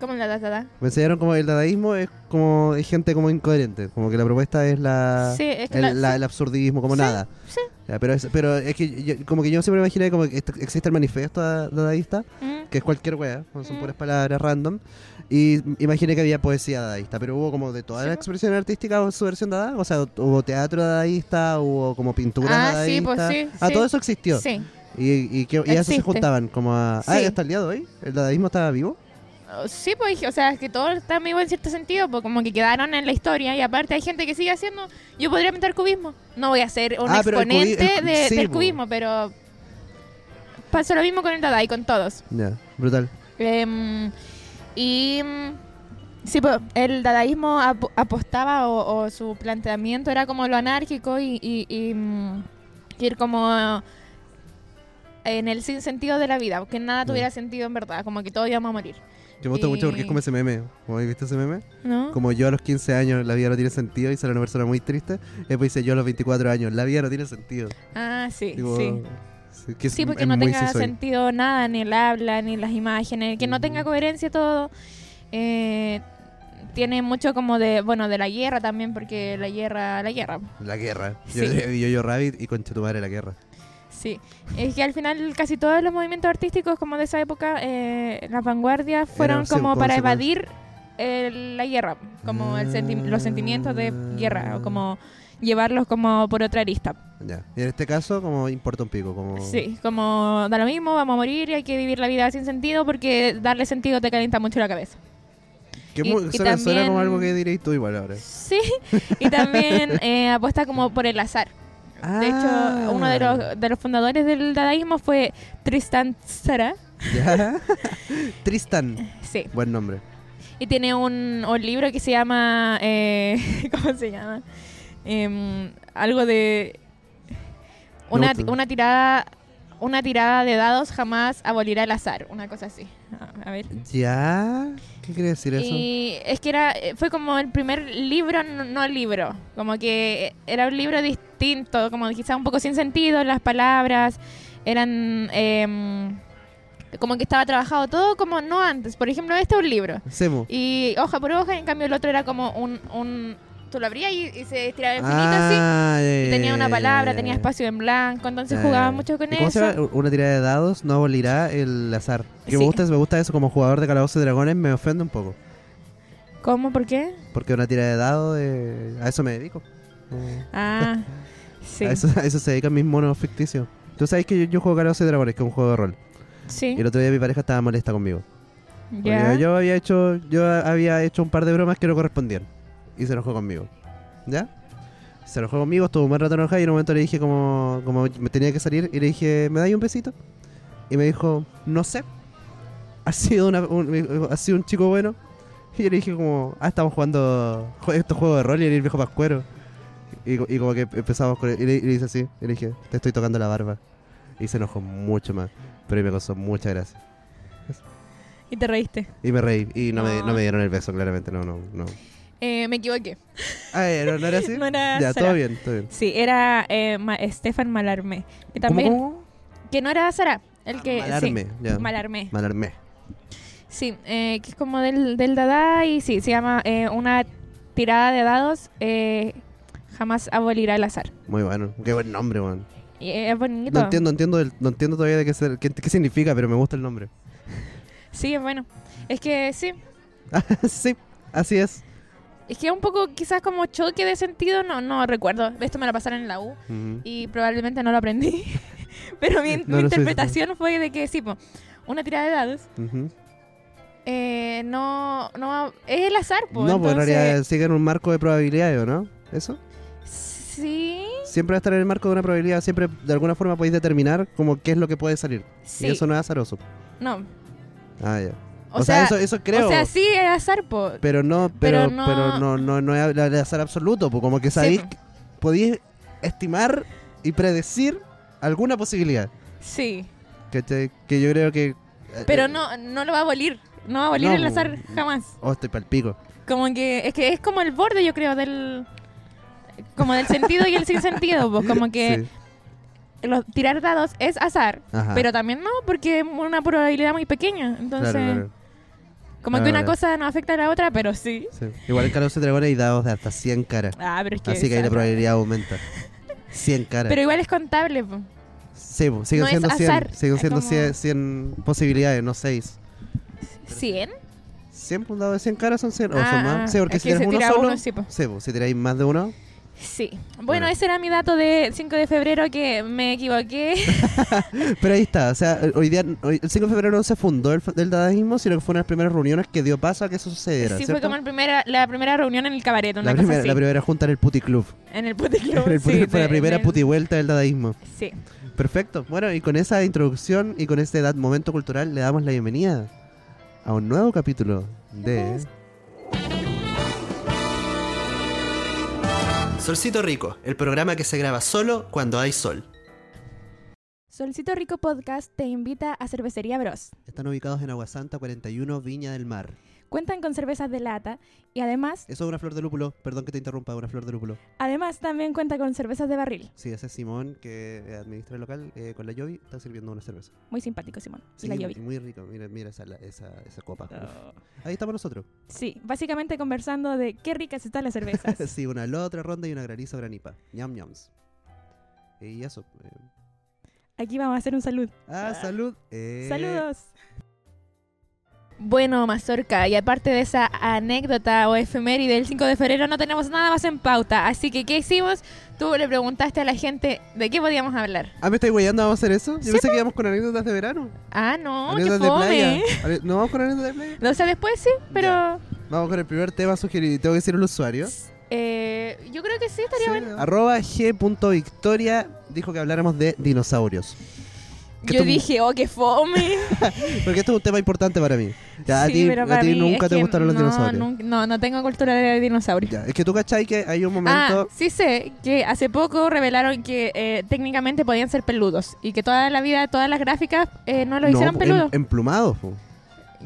Speaker 2: como la data.
Speaker 1: Me enseñaron como el dadaísmo es como es gente como incoherente, como que la propuesta es la
Speaker 2: Sí, es que
Speaker 1: Ah, el,
Speaker 2: la-
Speaker 1: la- el absurdismo, como
Speaker 2: Sí,
Speaker 1: nada.
Speaker 2: sí.
Speaker 1: Ya, pero es, pero es que yo- como que yo siempre me imaginé como que esto- existe el manifiesto da- dadaísta, que es cualquier wea, son
Speaker 2: Mm.
Speaker 1: puras palabras random, y imaginé que había poesía dadaísta, pero hubo como de toda
Speaker 2: Sí,
Speaker 1: la
Speaker 2: po.
Speaker 1: expresión artística o su versión dada, o sea, hubo teatro dadaísta, hubo como pintura
Speaker 2: Ah, sí,
Speaker 1: dadaísta.
Speaker 2: pues sí,
Speaker 1: ah,
Speaker 2: sí.
Speaker 1: todo eso existió.
Speaker 2: Sí.
Speaker 1: Y, y, que- y a eso se
Speaker 2: Existe.
Speaker 1: juntaban como a... Ah,
Speaker 2: Sí.
Speaker 1: hasta el día de hoy, el dadaísmo estaba vivo.
Speaker 2: Oh, Sí, pues, o sea, es que todo está vivo en cierto sentido, porque como que quedaron en la historia y aparte hay gente que sigue haciendo. Yo podría pintar cubismo. No voy a ser un
Speaker 1: Ah, pero el cubi-
Speaker 2: exponente
Speaker 1: el-
Speaker 2: de-
Speaker 1: sí,
Speaker 2: del
Speaker 1: po.
Speaker 2: cubismo, pero pasó lo mismo con el Dada y con todos.
Speaker 1: Ya, brutal.
Speaker 2: Em, y mm, sí, pues, el dadaísmo ap- apostaba o, o su planteamiento era como lo anárquico y, y- y, mm, ir como en el sinsentido de la vida, que nada
Speaker 1: Mm.
Speaker 2: tuviera sentido en verdad, como que todos íbamos a morir.
Speaker 1: Que me gusta mucho porque es
Speaker 2: Y-
Speaker 1: como ese meme. ¿Cómo habéis visto ese meme?
Speaker 2: ¿No?
Speaker 1: Como yo a los 15 años la vida no tiene sentido y seré una persona muy triste. Después dice yo a los 24 años la vida no tiene sentido.
Speaker 2: Ah, sí,
Speaker 1: Digo,
Speaker 2: sí.
Speaker 1: sí, que es-
Speaker 2: Sí, porque
Speaker 1: es
Speaker 2: no
Speaker 1: muy
Speaker 2: tenga
Speaker 1: sí soy.
Speaker 2: sentido nada, ni el habla, ni las imágenes, que no tenga
Speaker 1: Ujú.
Speaker 2: coherencia todo. Eh, tiene mucho como de, bueno, de la guerra también, porque la guerra, la guerra.
Speaker 1: La guerra.
Speaker 2: Sí.
Speaker 1: Yo, *laughs* yo, yo, yo Rabbit y concha tu madre la guerra.
Speaker 2: Sí, es que al final casi todos los movimientos artísticos como de esa época, eh, las vanguardias fueron
Speaker 1: Eran, sí,
Speaker 2: como
Speaker 1: como
Speaker 2: para
Speaker 1: se llama.
Speaker 2: evadir eh, la guerra, como el senti- los sentimientos de guerra, o como llevarlos como por otra arista.
Speaker 1: Ya. Y en este caso como importa un pico. Como...
Speaker 2: Sí, como da lo mismo, vamos a morir y hay que vivir la vida sin sentido porque darle sentido te calienta mucho la cabeza.
Speaker 1: Que
Speaker 2: Y-
Speaker 1: mu-
Speaker 2: y
Speaker 1: suena, suena como
Speaker 2: también-
Speaker 1: algo que diréis tú igual ahora.
Speaker 2: Sí, *laughs* y también eh, apuesta como por el azar. De
Speaker 1: Ah.
Speaker 2: hecho, uno de los, de los fundadores del dadaísmo fue Tristan Tzara.
Speaker 1: *laughs* Ya. Tristan.
Speaker 2: Sí.
Speaker 1: Buen nombre.
Speaker 2: Y tiene un, un libro que se llama. eh, *laughs* ¿Cómo se llama? Em, algo de. Una,
Speaker 1: gusta.
Speaker 2: una tirada. Una tirada de dados jamás abolirá el azar. Una cosa así. Ah, A- A ver.
Speaker 1: Ya. ¿Qué quiere decir eso?
Speaker 2: Y es que era eh, fue como el primer libro, no, no libro. Como que era un libro distinto, como quizá un poco sin sentido, las palabras eran. em, como que estaba trabajado todo como no antes. Por ejemplo, este es un libro.
Speaker 1: Semu.
Speaker 2: Y hoja por hoja, en cambio el otro era como un... un tú lo abrías y, y se estiraba el infinito así.
Speaker 1: Ah, ya,
Speaker 2: Y
Speaker 1: ya,
Speaker 2: tenía
Speaker 1: ya,
Speaker 2: una
Speaker 1: ya,
Speaker 2: palabra,
Speaker 1: ya,
Speaker 2: tenía
Speaker 1: Ah, ya.
Speaker 2: espacio en blanco, entonces
Speaker 1: Ya,
Speaker 2: jugaba
Speaker 1: ya.
Speaker 2: mucho con
Speaker 1: Eh, ¿Y cómo se llama?
Speaker 2: eso.
Speaker 1: U- Una tirada de dados no abolirá el azar. Que me,
Speaker 2: Sí.
Speaker 1: gusta, me gusta eso como jugador de Calabozos y Dragones, me ofende un poco.
Speaker 2: ¿Cómo?
Speaker 1: *laughs*
Speaker 2: ¿Por qué?
Speaker 1: Porque una tirada de dados, eh, a eso me dedico. Eh,
Speaker 2: Ah, sí.
Speaker 1: a, eso, a eso se dedican mis monos ficticios. Tú sabes que yo, yo juego Calabozos y Dragones, que es un juego de rol.
Speaker 2: Sí,
Speaker 1: Y el otro día mi pareja estaba molesta conmigo. Porque
Speaker 2: ya.
Speaker 1: yo había hecho yo había hecho un par de bromas que no correspondían. Y se enojó conmigo. ¿Ya? Se enojó conmigo, estuvo un buen rato enojada y en un momento le dije como, como me tenía que salir y le dije, ¿me dais un besito? Y me dijo, no sé. Ha sido, una, un, me dijo, ha sido un chico bueno. Y yo le dije como, ah, estamos jugando jue- estos juegos de rol y el viejo pascuero. Y, co- y como que empezamos con él. Y le, y le hice así. Y le dije, te estoy tocando la barba. Y se enojó mucho más. Pero me causó muchas gracias.
Speaker 2: Y te reíste.
Speaker 1: Y me reí. Y no, Me,
Speaker 2: No.
Speaker 1: no me dieron el beso, claramente. No, no, no.
Speaker 2: Eh, me equivoqué.
Speaker 1: Ah, ¿eh, ¿no, no era así?
Speaker 2: *laughs* No era
Speaker 1: ya,
Speaker 2: Sara.
Speaker 1: todo bien, todo bien.
Speaker 2: Sí, era eh, Ma- Estefan Malarmé. Que también...
Speaker 1: ¿Cómo, cómo?
Speaker 2: Que no era Sara. El que...
Speaker 1: Malarme.
Speaker 2: Sí,
Speaker 1: ya.
Speaker 2: Malarmé.
Speaker 1: Malarme.
Speaker 2: Sí, eh, que es como del, del Dada y sí, se llama eh, una tirada de dados eh, jamás abolirá el azar.
Speaker 1: Muy bueno. Qué buen nombre, weón.
Speaker 2: Y eh, es bonito.
Speaker 1: No entiendo, entiendo el- no entiendo todavía de qué, se- qué, qué significa, pero me gusta el nombre. *laughs*
Speaker 2: Sí, es bueno. Es que sí,
Speaker 1: sí, así es.
Speaker 2: es que un poco quizás como choque de sentido, no no recuerdo. Esto me lo pasaron en la U
Speaker 1: Ujú.
Speaker 2: y probablemente no lo aprendí. *laughs* Pero mi, mi
Speaker 1: No lo sé,
Speaker 2: interpretación fue de que sí, po, una tirada de dados
Speaker 1: Ujú.
Speaker 2: eh, no, no es el azar. Po,
Speaker 1: No, pues en
Speaker 2: entonces-
Speaker 1: realidad siguen un marco de probabilidades, ¿o no? ¿Eso?
Speaker 2: Sí,
Speaker 1: Siempre va a estar en el marco de una probabilidad. Siempre, de alguna forma, podéis determinar como qué es lo que puede salir.
Speaker 2: sí.
Speaker 1: Y eso no es azaroso.
Speaker 2: no.
Speaker 1: Ah, ya.
Speaker 2: O, sea,
Speaker 1: eso, eso creo.
Speaker 2: o sea, sí es azar, pues, po.
Speaker 1: Pero no, pero,
Speaker 2: Pero
Speaker 1: pero, no...
Speaker 2: no-
Speaker 1: no, no, es hablar de azar absoluto, pues como que
Speaker 2: Sí,
Speaker 1: sabéis,
Speaker 2: po.
Speaker 1: que podéis estimar y predecir alguna posibilidad.
Speaker 2: Sí.
Speaker 1: ¿cachai? Que yo creo que. eh,
Speaker 2: Pero
Speaker 1: eh,
Speaker 2: no, no lo va a abolir. No va a abolir
Speaker 1: No, pues.
Speaker 2: el azar
Speaker 1: po.
Speaker 2: jamás.
Speaker 1: Oh, estoy pal pico.
Speaker 2: Como que es que es como el borde, yo creo, del como del sentido y el sin sentido, pues como que
Speaker 1: Sí.
Speaker 2: los, tirar dados es azar,
Speaker 1: Ajá.
Speaker 2: pero también no, porque es una probabilidad muy pequeña. Entonces,
Speaker 1: Claro, Ah,
Speaker 2: como que
Speaker 1: Claro,
Speaker 2: una
Speaker 1: claro.
Speaker 2: cosa no afecta a la otra, pero sí.
Speaker 1: claro, sí. Igual en Calabozos y Dragones hay dados de hasta 100 caras.
Speaker 2: Ah, pero es que.
Speaker 1: Así que ahí la
Speaker 2: esa-
Speaker 1: probabilidad aumenta. 100 caras.
Speaker 2: Pero igual es contable. pues. po.
Speaker 1: Sí, po, siguen
Speaker 2: no es
Speaker 1: siendo 100.
Speaker 2: azar,
Speaker 1: Siguen
Speaker 2: es
Speaker 1: siendo
Speaker 2: como-
Speaker 1: 100, 100 posibilidades, no 6.
Speaker 2: ¿Cien?
Speaker 1: 100 por un dado de 100 caras son 100 o
Speaker 2: Ah,
Speaker 1: son más. Sí, porque
Speaker 2: es
Speaker 1: si
Speaker 2: que
Speaker 1: tienes
Speaker 2: se
Speaker 1: uno
Speaker 2: tira
Speaker 1: solo.
Speaker 2: uno, sí, po.
Speaker 1: po, si tiráis más de uno.
Speaker 2: Sí. Bueno,
Speaker 1: Bueno.
Speaker 2: ese era mi dato de 5 de febrero que me equivoqué.
Speaker 1: Pero ahí está, o sea, hoy día, hoy- el 5 de febrero no se fundó el, el dadaísmo, sino que fue una de las primeras reuniones que dio paso a que eso sucediera.
Speaker 2: *laughs* sí, fue
Speaker 1: ¿cierto?
Speaker 2: como el primera, la primera reunión en el cabaret, una
Speaker 1: la,
Speaker 2: cosa
Speaker 1: primera,
Speaker 2: así.
Speaker 1: la primera junta en el puti club.
Speaker 2: *laughs* En el puticlub.
Speaker 1: *laughs* En el puti-
Speaker 2: sí,
Speaker 1: fue la
Speaker 2: de-
Speaker 1: primera
Speaker 2: del-
Speaker 1: puti vuelta del dadaísmo.
Speaker 2: Sí.
Speaker 1: Perfecto. Bueno, y con esa introducción y con este dat- momento cultural le damos la bienvenida a un nuevo capítulo de... Solcito Rico, el programa que se graba solo cuando hay sol.
Speaker 2: Solcito Rico Podcast te invita a Cervecería Bros.
Speaker 1: Están ubicados en Aguasanta 41, Viña del Mar.
Speaker 3: Cuentan con cervezas de lata y además,
Speaker 1: Eso es una flor de lúpulo, perdón que te interrumpa, una flor de lúpulo.
Speaker 3: además también cuenta con cervezas de barril.
Speaker 1: Sí, ese es Simón que administra el local eh, con la Yovi, está sirviendo una cerveza.
Speaker 3: Muy simpático, Simón.
Speaker 1: Sí,
Speaker 3: y la Yovi.
Speaker 1: muy rico, mira, mira esa, la- esa, esa copa. Uf.
Speaker 3: Oh.
Speaker 1: Ahí estamos nosotros.
Speaker 3: Sí, básicamente conversando de qué ricas están las
Speaker 1: *laughs*
Speaker 3: cervezas.
Speaker 1: Sí, una la otra ronda y una graniza granipa. Ñam ñams. Y eso. eh.
Speaker 3: Aquí vamos a hacer un saludo.
Speaker 1: Ah, salud. Eh,
Speaker 3: Saludos.
Speaker 2: Bueno, Mazorca, y aparte de esa anécdota o efeméride del 5 de febrero, no tenemos nada más en pauta. Así que, ¿qué hicimos? Tú le preguntaste a la gente de qué podíamos hablar.
Speaker 1: Ah, ¿me estáis guayando? ¿Vamos a hacer eso? Yo
Speaker 2: Sí,
Speaker 1: pensé que íbamos con anécdotas de verano.
Speaker 2: Ah, no, qué
Speaker 1: anécdotas de playa.
Speaker 2: fome.
Speaker 1: Ane- ¿No vamos con anécdotas de playa?
Speaker 2: O sea, después sí, pero
Speaker 1: Vamos con el primer tema sugerido. Tengo que decir el usuario.
Speaker 2: eh, yo creo que sí estaría
Speaker 1: Sí,
Speaker 2: bueno.
Speaker 1: Arroba g.victoria dijo que habláramos de dinosaurios. que
Speaker 2: Yo
Speaker 1: tú-
Speaker 2: dije, oh, qué fome.
Speaker 1: Porque esto es un tema importante para mí. Ya, a
Speaker 2: Sí,
Speaker 1: ti,
Speaker 2: pero
Speaker 1: a
Speaker 2: para
Speaker 1: ti
Speaker 2: mí
Speaker 1: nunca
Speaker 2: es
Speaker 1: te
Speaker 2: que
Speaker 1: gustaron los
Speaker 2: no,
Speaker 1: dinosaurios.
Speaker 2: nunca- No, no tengo cultura de dinosaurios.
Speaker 1: Ya, es que tú cachai que hay un
Speaker 2: Ah,
Speaker 1: momento...
Speaker 2: sí sé que hace poco revelaron que eh, técnicamente podían ser peludos y que toda la vida, todas las gráficas eh, no
Speaker 1: No,
Speaker 2: lo hicieron
Speaker 1: en-
Speaker 2: peludo.
Speaker 1: emplumados, po.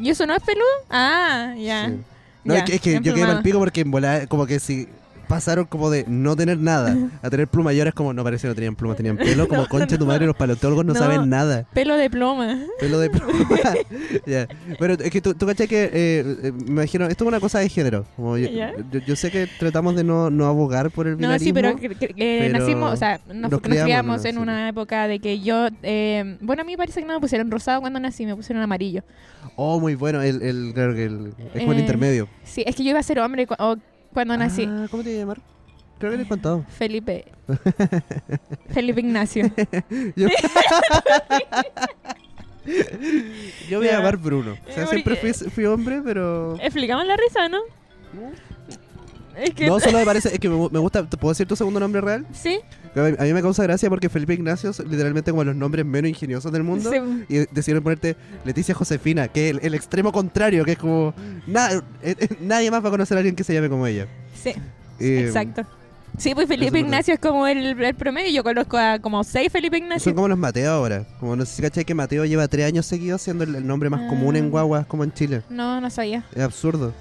Speaker 2: ¿Y eso no es peludo? Ah, ya.
Speaker 1: Sí. No, es
Speaker 2: Ya,
Speaker 1: que, es que yo quedé
Speaker 2: emplumado.
Speaker 1: mal pico porque en volada, como que si pasaron como de no tener nada a tener pluma y ahora es como no parece que no tenían plumas, tenían pelo,
Speaker 2: *laughs*
Speaker 1: como concha de tu madre, los paleontólogos no,
Speaker 2: No.
Speaker 1: saben nada.
Speaker 2: Pelo de pluma.
Speaker 1: Pelo de pluma.
Speaker 2: *laughs*
Speaker 1: *laughs* Ya. Bueno, es que tú, tú cachai que eh, eh, me imagino, esto es una cosa de género. como yo,
Speaker 2: Ya.
Speaker 1: yo- yo sé que tratamos de no, no abogar por el
Speaker 2: No, sí,
Speaker 1: binarismo.
Speaker 2: pero, que- que- que
Speaker 1: pero
Speaker 2: nacimos, o sea, nos,
Speaker 1: nos
Speaker 2: nos
Speaker 1: criamos,
Speaker 2: criamos
Speaker 1: ¿no?
Speaker 2: en
Speaker 1: Sí.
Speaker 2: una época de que yo, eh, bueno, a mí parece que no me pusieron rosado cuando nací, me pusieron amarillo.
Speaker 1: Oh, muy bueno, el, el, claro que el- es como el
Speaker 2: Eh,
Speaker 1: intermedio.
Speaker 2: Sí, es que yo iba a ser hombre cu- o cuando nací.
Speaker 1: Ah, ¿Cómo te iba a llamar? Creo que le he *laughs* contado.
Speaker 2: Felipe.
Speaker 1: *laughs*
Speaker 2: Felipe Ignacio.
Speaker 1: Yo, Yo voy a
Speaker 2: Ya.
Speaker 1: llamar Bruno. O sea,
Speaker 2: Eh,
Speaker 1: siempre fui,
Speaker 2: porque-
Speaker 1: fui hombre, pero...
Speaker 2: Explicamos la risa, ¿no? Es que...
Speaker 1: No, solo me parece... Es que me, me gusta... ¿Te puedo decir tu segundo nombre real?
Speaker 2: Sí.
Speaker 1: A mí, a mí me causa gracia porque Felipe Ignacio es literalmente como los nombres menos ingeniosos del mundo.
Speaker 2: Sí.
Speaker 1: Y decidieron ponerte Leticia Josefina, que es el, el extremo contrario, que es como... na- eh, eh, nadie más va a conocer a alguien que se llame como ella.
Speaker 2: Sí,
Speaker 1: Eh,
Speaker 2: exacto. Sí, pues
Speaker 1: eso
Speaker 2: Felipe
Speaker 1: es
Speaker 2: Ignacio es como el, el promedio. Yo conozco a como seis Felipe Ignacio.
Speaker 1: Son como los Mateo ahora. Como no sé si cachai que Mateo lleva tres años seguidos siendo el, el nombre más
Speaker 2: Ah.
Speaker 1: común en guaguas como en Chile.
Speaker 2: No, no sabía.
Speaker 1: Es absurdo.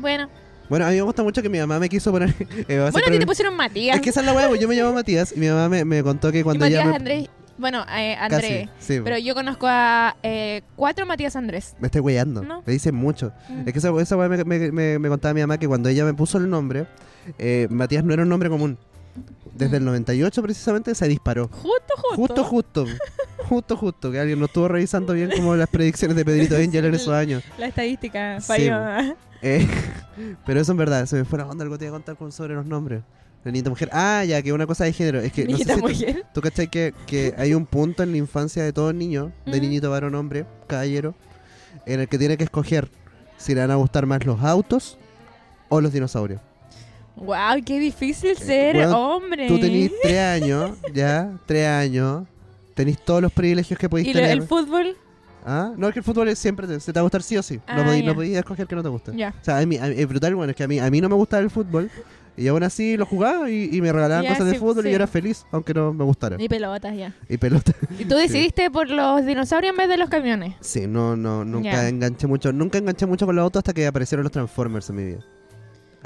Speaker 2: Bueno,
Speaker 1: Bueno, a mí me gusta mucho que mi mamá me quiso poner... *laughs* eh, va a ser
Speaker 2: bueno a ti
Speaker 1: poner-
Speaker 2: te pusieron Matías.
Speaker 1: Es que esa es la hueá, pues, yo me llamo Matías y mi mamá me, me contó que
Speaker 2: y
Speaker 1: cuando
Speaker 2: Matías
Speaker 1: ella me...
Speaker 2: Andrés. Bueno, eh,
Speaker 1: Casi,
Speaker 2: Andrés.
Speaker 1: sí, pues,
Speaker 2: Pero yo conozco a eh, cuatro Matías Andrés.
Speaker 1: me estoy weyando,
Speaker 2: No.
Speaker 1: me dicen mucho.
Speaker 2: Mm.
Speaker 1: Es que esa, esa hueá me, me- me- me contaba mi mamá que cuando ella me puso el nombre, eh, Matías no era un nombre común. Desde el 98 precisamente se disparó.
Speaker 2: Justo, justo.
Speaker 1: Justo, justo. Justo, justo. Que alguien no estuvo revisando bien como las predicciones de Pedrito Angel en esos años.
Speaker 2: La estadística
Speaker 1: Sí,
Speaker 2: falló. ¿ah?
Speaker 1: Eh, *laughs* pero eso en verdad, se me fue la onda algo que te iba a contar con sobre los nombres. La niñita mujer. Ah, ya, que una cosa de género. Es
Speaker 2: *laughs*
Speaker 1: que no sé
Speaker 2: Niñita
Speaker 1: si tú-
Speaker 2: mujer.
Speaker 1: ¿Tú cachai que, que hay un punto en la infancia de todo niño, de
Speaker 2: Ujú.
Speaker 1: niñito, varón, hombre, caballero, en el que tiene que escoger si le van a gustar más los autos o los dinosaurios?
Speaker 2: Wow, qué difícil ser
Speaker 1: Eh, bueno,
Speaker 2: hombre.
Speaker 1: Tú tenés tres años, ya, tres años, tenés todos los privilegios que podéis
Speaker 2: y lo-
Speaker 1: tener.
Speaker 2: el fútbol,
Speaker 1: ¿Ah? No, es que el fútbol es siempre te, se te va a gustar sí o sí. no,
Speaker 2: Ah,
Speaker 1: podís,
Speaker 2: ya.
Speaker 1: no podís escoger que no te guste.
Speaker 2: ya.
Speaker 1: O sea, a mí- a mí- es brutal, bueno, es que a mí, a mí no me gustaba el fútbol. Y aún así lo jugaba y, y me regalaban
Speaker 2: Ya,
Speaker 1: cosas de
Speaker 2: sí,
Speaker 1: fútbol y
Speaker 2: sí.
Speaker 1: yo era feliz, aunque no me gustara.
Speaker 2: Y pelotas, ya.
Speaker 1: Y pelota. *laughs*
Speaker 2: Y tú decidiste por los dinosaurios en vez de los camiones.
Speaker 1: Sí, no, no, nunca
Speaker 2: Ya.
Speaker 1: enganché mucho. Nunca enganché mucho con los autos hasta que aparecieron los Transformers en mi vida.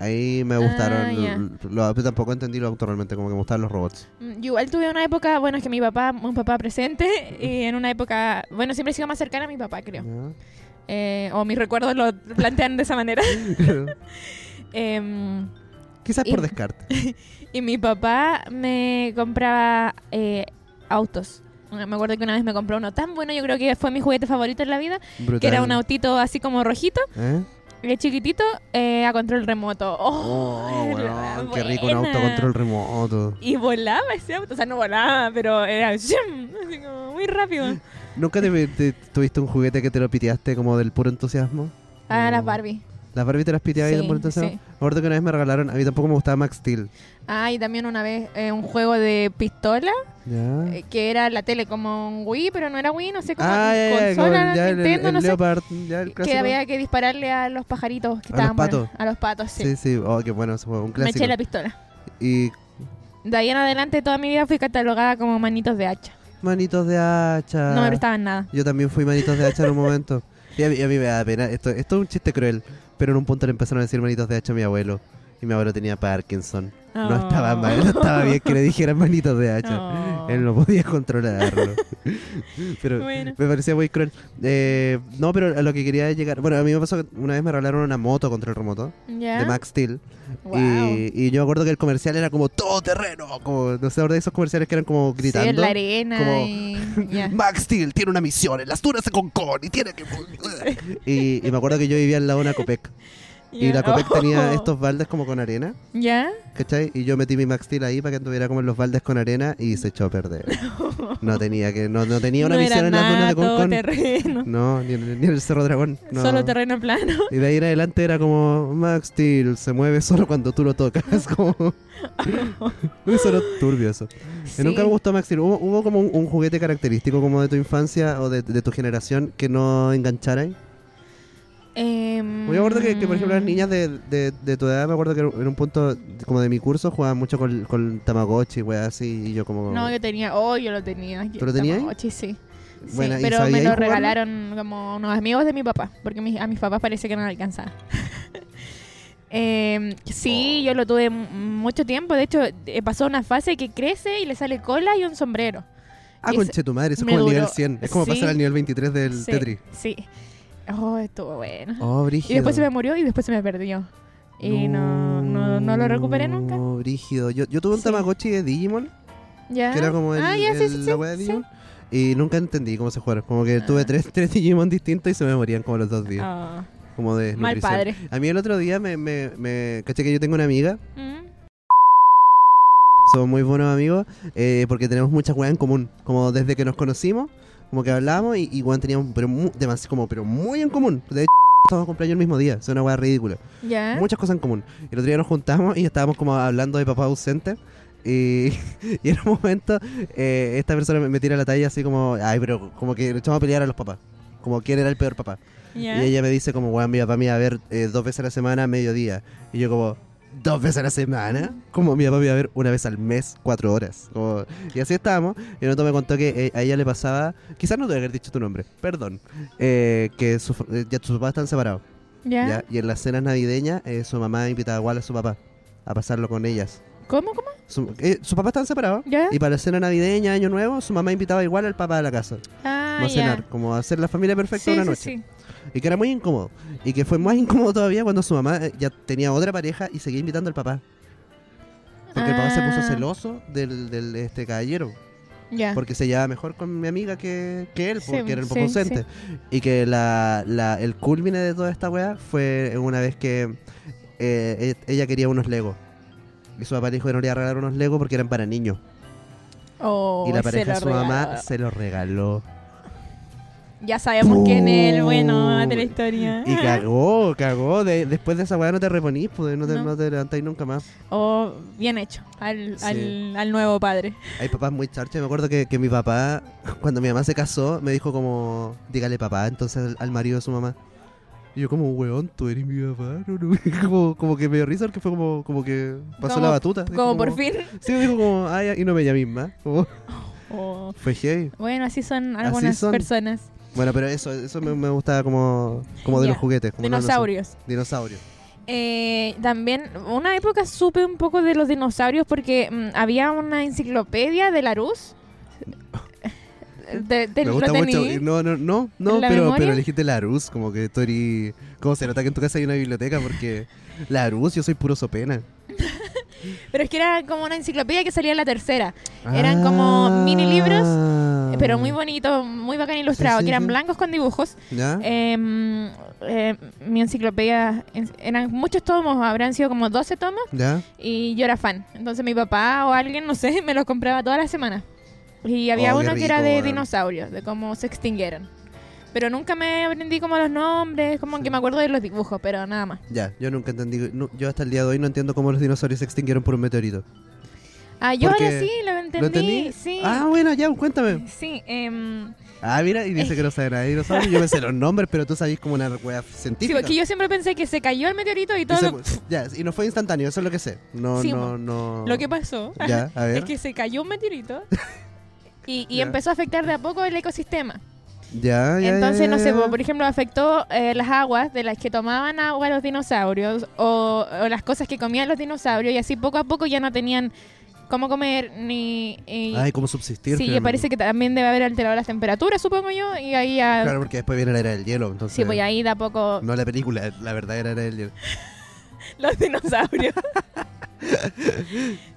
Speaker 1: Ahí me gustaron.
Speaker 2: Ah, ya.
Speaker 1: lo- lo- tampoco entendí lo auto realmente, como que me gustaron los robots.
Speaker 2: Mm, Yo igual tuve una época, bueno, es que mi papá, un papá presente, *laughs* y en una época, bueno, siempre he sido más cercana a mi papá, creo. Eh, o mis recuerdos lo plantean de esa manera. *laughs*
Speaker 1: Ya.
Speaker 2: Em,
Speaker 1: *laughs* Quizás por
Speaker 2: Y-
Speaker 1: descarte.
Speaker 2: y mi papá me compraba eh, autos. Me acuerdo que una vez me compró uno tan bueno, yo creo que fue mi juguete favorito en la vida,
Speaker 1: Brutal.
Speaker 2: *laughs* que era un autito así como rojito,
Speaker 1: ¿Eh?
Speaker 2: eh, chiquitito, eh, a control remoto. ¡Oh!
Speaker 1: Oh,
Speaker 2: era
Speaker 1: weón, qué rico un
Speaker 2: buena.
Speaker 1: auto control remoto.
Speaker 2: Y volaba ese auto, o sea, no volaba, pero era ¡shum! así como muy rápido.
Speaker 1: ¿Nunca te, te- tuviste un juguete que te lo piteaste como del puro entusiasmo?
Speaker 2: Ah,
Speaker 1: Mm.
Speaker 2: las Barbie.
Speaker 1: ¿Las Barbie te las piteabas del
Speaker 2: Sí,
Speaker 1: puro entusiasmo?
Speaker 2: sí.
Speaker 1: Me acuerdo que una vez me regalaron, a mí tampoco me gustaba Max Steel.
Speaker 2: Ah, y también una vez eh, un juego de pistola,
Speaker 1: ¿Ya?
Speaker 2: eh, que era la tele como un Wii, pero no era Wii, no sé cómo,
Speaker 1: ah, ya, ya, como
Speaker 2: consola,
Speaker 1: el- ya, el-
Speaker 2: Nintendo,
Speaker 1: el
Speaker 2: no sé.
Speaker 1: Leopard, ya, el
Speaker 2: Que
Speaker 1: clásico.
Speaker 2: había que dispararle a los pajaritos que
Speaker 1: A los
Speaker 2: estaban bueno,
Speaker 1: patos.
Speaker 2: a los patos, sí.
Speaker 1: Sí, sí, oh, qué bueno ese juego, un
Speaker 2: Me
Speaker 1: clásico.
Speaker 2: eché la pistola.
Speaker 1: Y
Speaker 2: De ahí en adelante toda mi vida fui catalogada como manitos de hacha.
Speaker 1: manitos de hacha.
Speaker 2: No me prestaban nada.
Speaker 1: Yo también fui manitos de hacha en un momento. Y a mí, a mí me da pena. Esto, esto es un chiste cruel. Pero en un punto le empezaron a decir manitos de hacha a mi abuelo. Y mi abuelo tenía Parkinson. No
Speaker 2: Ah.
Speaker 1: estaba mal, no estaba bien que le dijeran manitos de hacha.
Speaker 2: *laughs* No.
Speaker 1: Él no podía
Speaker 2: *laughs*
Speaker 1: controlarlo. pero
Speaker 2: Bueno.
Speaker 1: me parecía muy cruel. Eh, no, pero a lo que quería llegar. Bueno, a mí me pasó que una vez me regalaron una moto contra el remoto
Speaker 2: ¿Ya?
Speaker 1: de Max Steel.
Speaker 2: Wow.
Speaker 1: Y, y yo me acuerdo que el comercial era como todo terreno. Como, no sé, ahora esos comerciales que eran como
Speaker 2: Sí, en
Speaker 1: gritando.
Speaker 2: la arena
Speaker 1: como-
Speaker 2: y... ya.
Speaker 1: Max Steel tiene una misión en las duras de Concon y tiene que.
Speaker 2: *laughs*
Speaker 1: y, y me acuerdo que yo vivía al lado de una Copec. *laughs* Y
Speaker 2: Ya.
Speaker 1: la Copec
Speaker 2: Oh. *laughs*
Speaker 1: tenía estos baldes como con arena,
Speaker 2: ¿Ya?
Speaker 1: ¿cachai? Y yo metí mi Max Steel ahí para que anduviera como en los baldes con arena y se echó a
Speaker 2: *laughs*
Speaker 1: perder. No tenía que no, no tenía una
Speaker 2: no
Speaker 1: misión
Speaker 2: era
Speaker 1: en las dunas
Speaker 2: nada,
Speaker 1: de
Speaker 2: todo
Speaker 1: Concon.
Speaker 2: terreno.
Speaker 1: No, ni, en- ni en el Cerro Dragón. no.
Speaker 2: Solo terreno
Speaker 1: *laughs*
Speaker 2: plano.
Speaker 1: Y de ahí en adelante era como Max Steel se mueve solo cuando tú lo tocas. *laughs*
Speaker 2: *laughs*
Speaker 1: Como. solo turbio eso.
Speaker 2: Sí.
Speaker 1: Nunca me gustó Max Steel. ¿Hubo, hubo como un, un juguete característico como de tu infancia o de, de tu generación que no enganchara ahí?
Speaker 2: Em,
Speaker 1: Yo me acuerdo que, que, por ejemplo, las niñas de, de- de tu edad, me acuerdo que en un punto como de mi curso jugaban mucho con, con Tamagotchi, weas así, y yo como...
Speaker 2: No, yo tenía... Oh, yo lo tenía.
Speaker 1: ¿Tú lo tenías ahí?
Speaker 2: Tamagotchi, sí. Sí,
Speaker 1: Buena, ¿y
Speaker 2: pero
Speaker 1: sabíais
Speaker 2: me lo
Speaker 1: jugarlo?
Speaker 2: regalaron como unos amigos de mi papá, porque mis- a mis papás parece que no le alcanzaba. *laughs* Eh, sí,
Speaker 1: Oh.
Speaker 2: yo lo tuve m- mucho tiempo. De hecho, eh, pasó una fase que crece y le sale cola y un sombrero.
Speaker 1: Ah,
Speaker 2: ese-
Speaker 1: conche tu madre, eso es
Speaker 2: me
Speaker 1: como el nivel
Speaker 2: duró-
Speaker 1: 100. Es como
Speaker 2: sí.
Speaker 1: pasar al nivel 23 del
Speaker 2: sí,
Speaker 1: Tetris.
Speaker 2: Sí. Oh, estuvo bueno.
Speaker 1: Oh, brígido.
Speaker 2: y después se me murió y después se me perdió. Y no, no, no lo recuperé nunca.
Speaker 1: No, brígido. Yo, yo tuve un
Speaker 2: Sí.
Speaker 1: Tamagotchi de Digimon,
Speaker 2: ¿Ya?
Speaker 1: que era como el,
Speaker 2: ah, ya, sí,
Speaker 1: el-
Speaker 2: sí,
Speaker 1: la
Speaker 2: sí,
Speaker 1: wea de
Speaker 2: sí.
Speaker 1: Digimon. Y nunca entendí cómo se jugaba. Como que tuve
Speaker 2: Ah.
Speaker 1: tres, tres Digimon distintos y se me morían como los dos días.
Speaker 2: Ah,
Speaker 1: Como de
Speaker 2: mal
Speaker 1: nutrición.
Speaker 2: padre.
Speaker 1: A mí el otro día me, me, me... Caché que yo tengo una amiga
Speaker 2: Mm.
Speaker 1: Somos muy buenos amigos eh, porque tenemos muchas weas en común. Como desde que nos conocimos, como que hablábamos y, y weón, teníamos pero mu- demasi- como, pero muy en común. De hecho, *laughs* estamos cumpleaños el mismo día. Es una wea ridícula.
Speaker 2: ¿Ya?
Speaker 1: Muchas cosas en común. Y El otro día nos juntamos y estábamos como hablando de papá ausente. Y, *laughs* y en un momento eh, esta persona me, me tira la talla así como, ay, pero como que le echamos a pelear a los papás. Como quién era el peor papá.
Speaker 2: ¿Ya?
Speaker 1: Y ella me dice como, weón, mi papá me iba a ver eh, dos veces a la semana, a mediodía. Y yo como, ¿dos veces a la semana? Como mi papá me iba a ver una vez al mes, cuatro horas. Como- y así estábamos. Y en un momento me contó que eh, a ella le pasaba, quizás no debe haber dicho tu nombre, perdón, eh, que su- eh, ya sus papás están separados.
Speaker 2: ¿Ya?
Speaker 1: ¿ya? Y en las cenas navideñas eh, su mamá invitaba igual a su papá a pasarlo con ellas.
Speaker 2: ¿Cómo, cómo?
Speaker 1: Su, eh, sus papás están separados.
Speaker 2: ¿Ya?
Speaker 1: Y para la cena navideña, año nuevo, su mamá invitaba igual al papá a la casa.
Speaker 2: Ah,
Speaker 1: como a
Speaker 2: ya.
Speaker 1: cenar, como a hacer la familia perfecta
Speaker 2: Sí,
Speaker 1: una
Speaker 2: sí,
Speaker 1: noche
Speaker 2: sí.
Speaker 1: y que era muy incómodo. Y que fue más incómodo todavía cuando su mamá eh, ya tenía otra pareja y seguía invitando al papá. Porque el papá se puso
Speaker 2: Ah.
Speaker 1: celoso del, del, este caballero.
Speaker 2: Ya.
Speaker 1: Porque se llevaba mejor con mi amiga que, que él,
Speaker 2: Ah. Sí,
Speaker 1: porque era el papá
Speaker 2: sí,
Speaker 1: ausente. Y que la, la- el culmine de toda esta weá fue una vez que eh, e- ella quería unos Legos. Y su papá le dijo que no le iba a regalar unos Legos porque eran para niños.
Speaker 2: Oh,
Speaker 1: y la
Speaker 2: se
Speaker 1: pareja de
Speaker 2: lo
Speaker 1: su mamá
Speaker 2: regaló.
Speaker 1: se los regaló.
Speaker 2: Ya sabemos quién es el bueno
Speaker 1: Pum.
Speaker 2: de la historia.
Speaker 1: Y cagó, cagó. De- después de esa weá no te reponís, pues, no te,
Speaker 2: No.
Speaker 1: no te levantáis nunca más.
Speaker 2: *laughs* Oh, bien hecho. Al,
Speaker 1: Sí.
Speaker 2: al, al nuevo padre.
Speaker 1: Hay papás muy charchos. Me acuerdo que, que mi papá, cuando mi mamá se casó, me dijo como, dígale papá, entonces al, al marido de su mamá. Y yo como, weón, tú eres mi papá. *laughs* no, no". Como, como que me dio risa porque fue como, como que pasó
Speaker 2: Como-
Speaker 1: la batuta. Dijo
Speaker 2: Como por fin.
Speaker 1: Sí, me dijo como, ay, y no me llamís más. Como, *laughs*
Speaker 2: Oh.
Speaker 1: fue heavy.
Speaker 2: Bueno, así son
Speaker 1: Así
Speaker 2: algunas
Speaker 1: son.
Speaker 2: personas.
Speaker 1: Bueno, pero eso, eso me, me gustaba como, como de
Speaker 2: Ya.
Speaker 1: los juguetes. Como no- no sé.
Speaker 2: Dinosaurios.
Speaker 1: dinosaurio.
Speaker 2: eh, también una época supe un poco de los dinosaurios porque mm, había una enciclopedia
Speaker 1: *laughs*
Speaker 2: de Larus. De, de-
Speaker 1: Me
Speaker 2: lo
Speaker 1: gusta mucho.
Speaker 2: tení.
Speaker 1: y No, no, no, no
Speaker 2: ¿La
Speaker 1: pero,
Speaker 2: memoria?
Speaker 1: pero elegiste la luz, como que tú eres- Como se nota que en tu casa hay una biblioteca, porque la luz, yo soy puro sopena.
Speaker 2: Pero es que era como una enciclopedia que salía en la tercera. Eran como mini libros, eh,
Speaker 1: Ah.
Speaker 2: Pero muy bonito, muy bacán ilustrado,
Speaker 1: Sí, sí,
Speaker 2: que eran
Speaker 1: sí.
Speaker 2: blancos con dibujos.
Speaker 1: ¿Ya?
Speaker 2: Em, eh, mi enciclopedia en- eran muchos tomos, habrán sido como 12 tomos,
Speaker 1: ¿Ya?
Speaker 2: y yo era fan. Entonces mi papá o alguien, no sé, *laughs* me los compraba todas las semanas. Y había
Speaker 1: Oh, qué
Speaker 2: uno que era
Speaker 1: rico,
Speaker 2: de
Speaker 1: weón.
Speaker 2: dinosaurios, de cómo se extinguieron. Pero nunca me aprendí como los nombres, como que me acuerdo de los dibujos, pero nada más.
Speaker 1: Ya, yo nunca entendí, no- yo hasta el día de hoy no entiendo cómo los dinosaurios se extinguieron por un meteorito.
Speaker 2: Ah, yo
Speaker 1: Porque-
Speaker 2: ahora sí, lo entendí.
Speaker 1: ¿Lo entendí?
Speaker 2: Sí.
Speaker 1: Ah, bueno, ya, cuéntame.
Speaker 2: *laughs* Sí, em,
Speaker 1: Ah, mira, y dice que no sabe nada de dinosaurios. Yo me sé los nombres, pero tú sabes como una wea
Speaker 2: sí,
Speaker 1: científica.
Speaker 2: porque yo siempre pensé que se cayó el meteorito y
Speaker 1: Y
Speaker 2: todo
Speaker 1: se-
Speaker 2: lo,
Speaker 1: ya, y no fue instantáneo, eso es lo que sé. No,
Speaker 2: Sí,
Speaker 1: no, no.
Speaker 2: lo que pasó.
Speaker 1: Ya, a ver.
Speaker 2: *laughs* Es que se cayó un meteorito y, y
Speaker 1: *laughs* Ya. Ah,
Speaker 2: empezó a afectar de a poco el ecosistema.
Speaker 1: Ya, ya.
Speaker 2: Entonces,
Speaker 1: ya,
Speaker 2: no
Speaker 1: ya,
Speaker 2: sé,
Speaker 1: ya.
Speaker 2: po, por ejemplo, afectó eh, las aguas de las que tomaban agua los dinosaurios o, o las cosas que comían los dinosaurios y así poco a poco ya no tenían cómo comer ni... y-
Speaker 1: Ay, cómo subsistir.
Speaker 2: sí,
Speaker 1: finalmente.
Speaker 2: me parece que también debe haber alterado las temperaturas, supongo yo, y ahí ya...
Speaker 1: Claro, porque después viene la era del hielo, entonces.
Speaker 2: sí, pues ahí da poco
Speaker 1: No la película, la verdadera era del hielo.
Speaker 2: *laughs*
Speaker 1: *laughs*
Speaker 2: los dinosaurios.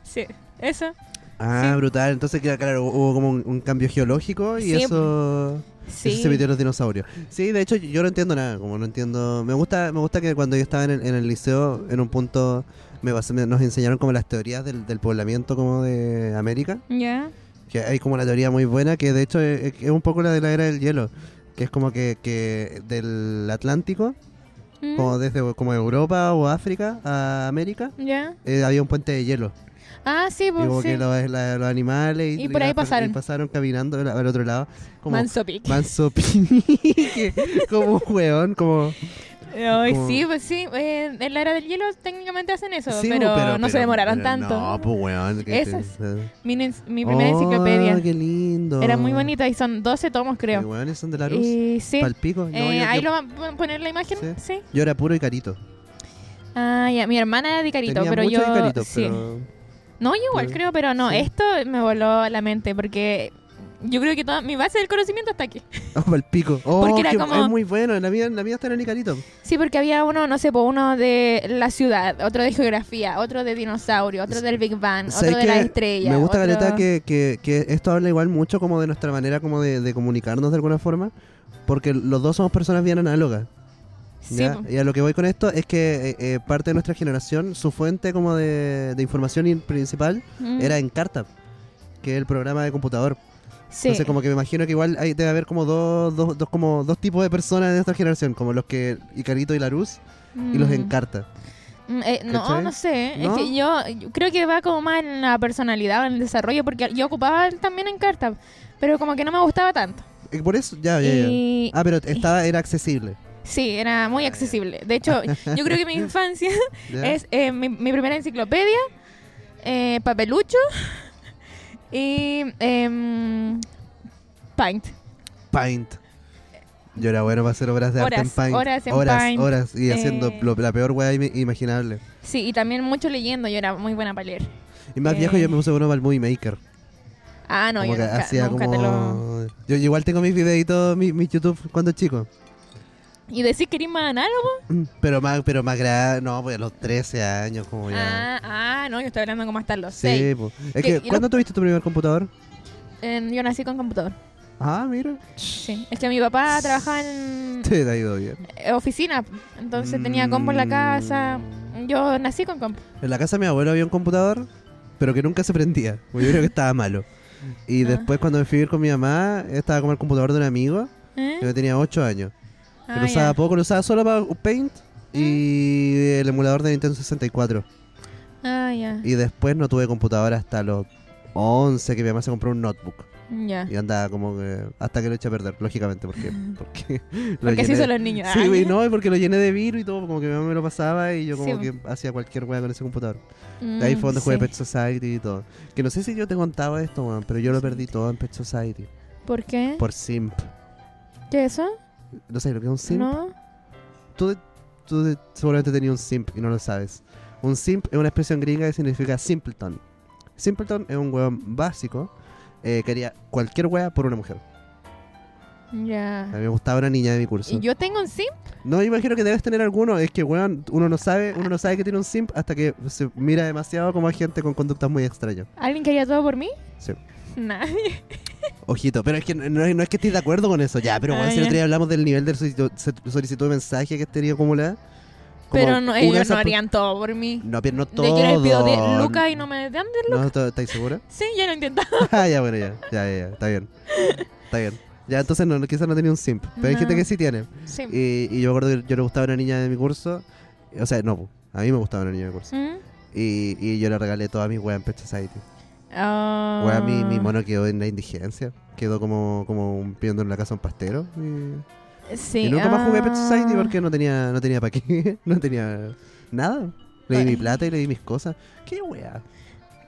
Speaker 2: sí, eso.
Speaker 1: Ah,
Speaker 2: Sí.
Speaker 1: brutal. Entonces, ya, claro, hubo como un, un cambio geológico y
Speaker 2: Sí.
Speaker 1: eso.
Speaker 2: Sí.
Speaker 1: Eso se metió en los dinosaurios. Sí, de hecho yo no entiendo nada, como no entiendo... Me gusta me gusta que cuando yo estaba en el, en el liceo, en un punto me basé- me- nos enseñaron como las teorías del, del poblamiento como de América,
Speaker 2: Ya.
Speaker 1: que hay como una teoría muy buena que de hecho es, es un poco la de la era del hielo, que es como que, que del Atlántico,
Speaker 2: Mm,
Speaker 1: como desde como Europa o África a América,
Speaker 2: Mm, Ya.
Speaker 1: eh, había un puente de hielo.
Speaker 2: Ah, sí,
Speaker 1: Y
Speaker 2: pues
Speaker 1: como
Speaker 2: sí.
Speaker 1: que los, la- los animales
Speaker 2: Y por ahí
Speaker 1: las per-
Speaker 2: pasaron.
Speaker 1: y pasaron caminando al, al otro lado. Como
Speaker 2: Manzopic.
Speaker 1: Manso *laughs* Pinique, como un weón, como...
Speaker 2: Ay,
Speaker 1: Como-
Speaker 2: sí, pues sí. eh, en la era del hielo técnicamente hacen eso,
Speaker 1: Sí, pues,
Speaker 2: pero,
Speaker 1: pero-
Speaker 2: no se
Speaker 1: pero-
Speaker 2: demoraron
Speaker 1: pero
Speaker 2: tanto.
Speaker 1: No, pues weón. que
Speaker 2: Esa es
Speaker 1: te-
Speaker 2: mi, nen- mi primera enciclopedia.
Speaker 1: Oh, qué lindo.
Speaker 2: Era muy bonita y son 12 tomos,
Speaker 1: ¿Y
Speaker 2: creo.
Speaker 1: weones son de la luz?
Speaker 2: Y sí.
Speaker 1: Palpico. No,
Speaker 2: eh,
Speaker 1: yo,
Speaker 2: ahí
Speaker 1: yo-
Speaker 2: lo van a poner la imagen,
Speaker 1: Sí.
Speaker 2: sí.
Speaker 1: yo era puro y carito.
Speaker 2: Ah, ya. Mi hermana era de Carito,
Speaker 1: Tenía
Speaker 2: pero
Speaker 1: mucho
Speaker 2: yo.
Speaker 1: Icarito,
Speaker 2: sí.
Speaker 1: pero... *laughs*
Speaker 2: No, yo igual
Speaker 1: pero-
Speaker 2: creo, pero no.
Speaker 1: sí.
Speaker 2: Esto me voló la mente porque yo creo que toda mi base del conocimiento está aquí.
Speaker 1: Oh, palpico. Oh,
Speaker 2: Porque era
Speaker 1: qué-
Speaker 2: como-
Speaker 1: es muy bueno. La mía, la mía está en Icarito.
Speaker 2: Sí, porque había uno, no sé, pues, uno de la ciudad, otro de geografía, otro de dinosaurio, otro del Big Bang,
Speaker 1: ¿Sabes
Speaker 2: Mm, otro de la
Speaker 1: qué?
Speaker 2: estrella.
Speaker 1: Me gusta,
Speaker 2: otro-
Speaker 1: Caleta, que, que, que esto habla igual mucho como de nuestra manera como de, de comunicarnos de alguna forma. Porque los dos somos personas bien análogas.
Speaker 2: Sí,
Speaker 1: ¿ya?
Speaker 2: pues.
Speaker 1: Y a lo que voy con esto es que eh, eh, parte de nuestra generación, su fuente como de, de información in- principal
Speaker 2: Mm.
Speaker 1: eh, era Encarta, que es el programa de computador.
Speaker 2: Sí.
Speaker 1: Entonces como que me imagino que igual hay, debe haber como dos, dos, dos, como dos tipos de personas de esta generación, como los que Icarito y Larus y los
Speaker 2: Mm.
Speaker 1: Encarta.
Speaker 2: Mm, eh, no,
Speaker 1: ¿Cachai?
Speaker 2: no sé.
Speaker 1: ¿No?
Speaker 2: Es que yo, yo creo que va como más en la personalidad o en el desarrollo, porque yo ocupaba también en carta, pero como que no me gustaba tanto.
Speaker 1: Eh, por eso, ya, ya, ya.
Speaker 2: Y
Speaker 1: Ah, pero estaba, era accesible.
Speaker 2: sí, era muy accesible. De hecho, yo creo
Speaker 1: *laughs*
Speaker 2: que mi infancia
Speaker 1: ¿ya?
Speaker 2: es eh, mi, mi primera enciclopedia, eh, papelucho y em, paint.
Speaker 1: Paint. Yo era bueno para hacer obras de arte en
Speaker 2: Horas,
Speaker 1: Paint.
Speaker 2: horas en
Speaker 1: horas,
Speaker 2: Paint.
Speaker 1: horas, Y haciendo
Speaker 2: Eh.
Speaker 1: lo- la peor weá im- imaginable.
Speaker 2: Sí, y también mucho leyendo, yo era muy buena para leer.
Speaker 1: Y más viejo
Speaker 2: Eh.
Speaker 1: yo me puse bueno para el Movie Maker.
Speaker 2: Ah, no,
Speaker 1: como
Speaker 2: yo
Speaker 1: que
Speaker 2: nunca,
Speaker 1: hacía
Speaker 2: nunca
Speaker 1: como...
Speaker 2: te lo...
Speaker 1: Yo igual tengo mis videitos, mis, mis YouTube cuando chico. *clears throat*
Speaker 2: ¿Y decís que eres más análogo?
Speaker 1: Mm, Pero más, pero más grande, no, pues a los 13 años como ya.
Speaker 2: Ah, ah, no, yo estoy hablando como hasta los
Speaker 1: sí,
Speaker 2: seis.
Speaker 1: po. Es
Speaker 2: Que-
Speaker 1: que,
Speaker 2: y lo-
Speaker 1: ¿cuándo tuviste tu primer computador?
Speaker 2: En- yo nací con computador.
Speaker 1: Ah, mira.
Speaker 2: Sí. Es que mi papá
Speaker 1: *laughs*
Speaker 2: trabajaba en
Speaker 1: Te ha ido bien.
Speaker 2: eh, oficina, entonces tenía compu en la casa.
Speaker 1: Mm.
Speaker 2: Yo nací con compu.
Speaker 1: En la casa de mi abuelo había un computador, pero que nunca se prendía. porque Yo creo que estaba malo. Y
Speaker 2: Ah.
Speaker 1: después cuando me fui a vivir con mi mamá, estaba como el computador de un amigo,
Speaker 2: ¿Eh?
Speaker 1: yo tenía 8 años.
Speaker 2: Ah,
Speaker 1: Que lo usaba
Speaker 2: ya. ¿Eh?
Speaker 1: poco, lo usaba solo para Paint y el emulador de Nintendo 64.
Speaker 2: Ah, ya.
Speaker 1: Y después no tuve computadora hasta los 11 que mi mamá se compró un notebook.
Speaker 2: Ya.
Speaker 1: Y andaba como que. Hasta que lo eché a perder, lógicamente,
Speaker 2: *laughs*
Speaker 1: porque. Porque, lo
Speaker 2: Porque así
Speaker 1: llené-
Speaker 2: son los niños.
Speaker 1: Sí,
Speaker 2: Ah,
Speaker 1: güey,
Speaker 2: ya.
Speaker 1: no, y porque lo llené de virus y todo, como que mi mamá me lo pasaba y yo como
Speaker 2: Sí,
Speaker 1: que hacía cualquier weá con ese computador.
Speaker 2: Mm,
Speaker 1: De ahí fue donde jugué
Speaker 2: sí.
Speaker 1: Pet Society y todo. Que no sé si yo te contaba esto, weón, pero yo lo perdí todo en Pet Society.
Speaker 2: ¿Por qué?
Speaker 1: Por simp.
Speaker 2: ¿Qué eso?
Speaker 1: No sé lo que es un simp.
Speaker 2: ¿No?
Speaker 1: Tú, tú seguramente tenías un simp y no lo sabes. Un simp es una expresión gringa que significa simpleton. Simpleton es un weón básico eh, que haría cualquier wea por una mujer. A
Speaker 2: Ya.
Speaker 1: mí me gustaba una niña de mi curso.
Speaker 2: ¿Y yo tengo un simp?
Speaker 1: No, imagino que debes tener alguno. Es que, weón, uno no sabe, uno no sabe que tiene un simp hasta que se mira demasiado como a gente con conductas muy extrañas.
Speaker 2: ¿Alguien quería todo por mí?
Speaker 1: Sí.
Speaker 2: Nadie.
Speaker 1: Ojito, pero es que no, no es que estés de acuerdo con eso. Ya, pero weón,
Speaker 2: Ah,
Speaker 1: si el otro
Speaker 2: ya.
Speaker 1: día hablamos del nivel de solicitud, solicitud de mensaje que has tenido acumulada. como
Speaker 2: Pero no,
Speaker 1: una de
Speaker 2: ellos
Speaker 1: esas
Speaker 2: no
Speaker 1: pro-
Speaker 2: harían todo por mí.
Speaker 1: No, pero no
Speaker 2: No,
Speaker 1: todo.
Speaker 2: yo les pido 10 lucas y no me dan 10 lucas.
Speaker 1: No, to- ¿estáis segura? *laughs*
Speaker 2: Sí, ya lo intenté.
Speaker 1: ah, ya, bueno, ya, ya, ya, ya, está bien. Está bien. Ya, entonces no, no, quizás no tenía un simp, pero hay
Speaker 2: No.
Speaker 1: gente que sí tiene.
Speaker 2: Sí.
Speaker 1: Y, y yo me acuerdo que yo le gustaba una niña de mi curso. O sea, no, po, a mí me gustaba una niña de mi curso.
Speaker 2: ¿Mm?
Speaker 1: Y, y yo le regalé toda mi wea en Pet Society.
Speaker 2: Ah.
Speaker 1: Wea, mi, mi mono quedó en la indigencia. Quedó como, como un pidiendo en la casa un pastero. Y,
Speaker 2: Sí.
Speaker 1: y nunca más jugué Pet
Speaker 2: ah.
Speaker 1: Society porque no tenía, no tenía para qué. *laughs* No tenía nada. Le di mi plata y le di mis cosas. ¿Qué wea?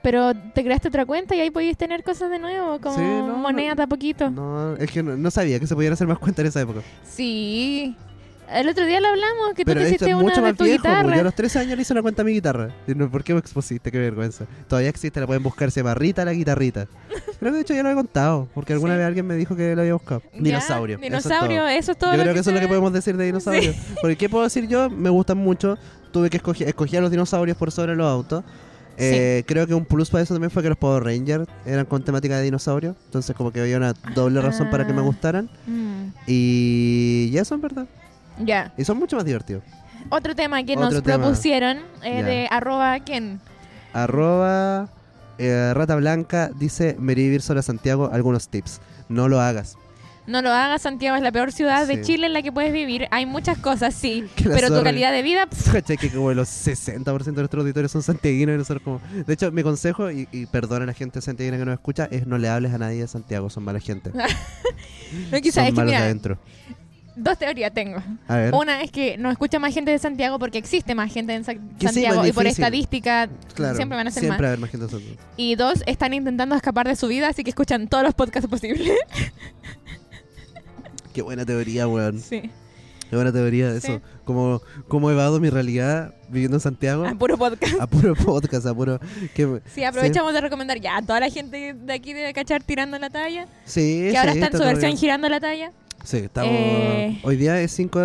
Speaker 2: Pero te creaste otra cuenta y ahí podías tener cosas de nuevo, como
Speaker 1: Sí, no,
Speaker 2: monedas
Speaker 1: no-
Speaker 2: de a poquito.
Speaker 1: No, es que no, no sabía que se podían hacer más cuentas en esa época.
Speaker 2: Sí. El otro día lo hablamos, que
Speaker 1: Pero
Speaker 2: tú te
Speaker 1: esto
Speaker 2: hiciste
Speaker 1: es
Speaker 2: una
Speaker 1: mucho
Speaker 2: de
Speaker 1: más
Speaker 2: tu
Speaker 1: viejo.
Speaker 2: guitarra.
Speaker 1: porque Yo a los 13 años le hice una cuenta a mi guitarra. Y no, ¿Por qué me expusiste? Qué vergüenza. Todavía existe, la pueden buscar. Se llama Rita la guitarrita. Creo que de hecho ya lo he contado. Porque alguna
Speaker 2: Sí.
Speaker 1: vez alguien me dijo que lo había buscado.
Speaker 2: Ya,
Speaker 1: Dinosaurio. eso es
Speaker 2: Dinosaurio,
Speaker 1: todo.
Speaker 2: eso es todo.
Speaker 1: yo
Speaker 2: lo
Speaker 1: creo que eso es lo
Speaker 2: se
Speaker 1: que
Speaker 2: ve.
Speaker 1: podemos decir de dinosaurios. Porque ¿qué puedo decir yo? Me gustan mucho. Tuve que escoger, escogí a los dinosaurios por sobre los autos. Eh, Creo que un plus para eso también fue que los Power Rangers eran con temática de dinosaurios. Entonces como que había una doble razón para que me
Speaker 2: Ah.
Speaker 1: gustaran.
Speaker 2: Mm,
Speaker 1: Y ya son verdad.
Speaker 2: Ya.
Speaker 1: Y son mucho más divertidos.
Speaker 2: Otro tema que nos
Speaker 1: Otro tema.
Speaker 2: propusieron eh,
Speaker 1: Ya.
Speaker 2: de arroba quién.
Speaker 1: Arroba eh, Rata Blanca dice Merivir Sola Santiago, algunos tips. No lo hagas.
Speaker 2: No lo hagas, Santiago, es la peor ciudad
Speaker 1: Sí.
Speaker 2: de Chile en la que puedes vivir. Hay muchas cosas, sí,
Speaker 1: *laughs* Que la
Speaker 2: pero tu
Speaker 1: zorra.
Speaker 2: calidad de vida... pf,
Speaker 1: Caché que como los 60% de nuestros auditores son santiaguinos y nosotros como... De hecho, mi consejo, y, y perdona a la gente santiaguina que nos escucha, es no le hables a nadie de Santiago, son mala
Speaker 2: *laughs*
Speaker 1: gente.
Speaker 2: no, quizás
Speaker 1: son
Speaker 2: es que,
Speaker 1: malos de
Speaker 2: mira,
Speaker 1: adentro.
Speaker 2: dos teorías tengo.
Speaker 1: A ver,
Speaker 2: Una es que no escucha más gente de Santiago porque existe más gente en Sa-
Speaker 1: sí,
Speaker 2: Santiago
Speaker 1: más
Speaker 2: y por
Speaker 1: difícil.
Speaker 2: estadística
Speaker 1: claro,
Speaker 2: siempre van a ser
Speaker 1: siempre
Speaker 2: más.
Speaker 1: va a haber más gente de Santiago.
Speaker 2: Y dos, están intentando escapar de su vida, así que escuchan todos los podcasts posibles.
Speaker 1: Qué buena teoría, weón.
Speaker 2: Sí.
Speaker 1: Qué buena teoría de
Speaker 2: Sí.
Speaker 1: eso. Como, como evado mi realidad viviendo en Santiago
Speaker 2: A puro podcast.
Speaker 1: a puro *laughs* podcast, a puro... que-
Speaker 2: Sí, aprovechamos de recomendar ya a toda la gente de aquí de Cachar tirando la talla,
Speaker 1: Sí,
Speaker 2: que ahora
Speaker 1: sí,
Speaker 2: está en su
Speaker 1: todo
Speaker 2: versión
Speaker 1: bien.
Speaker 2: girando la talla.
Speaker 1: Sí, estamos.
Speaker 2: Eh.
Speaker 1: Hoy día es 5.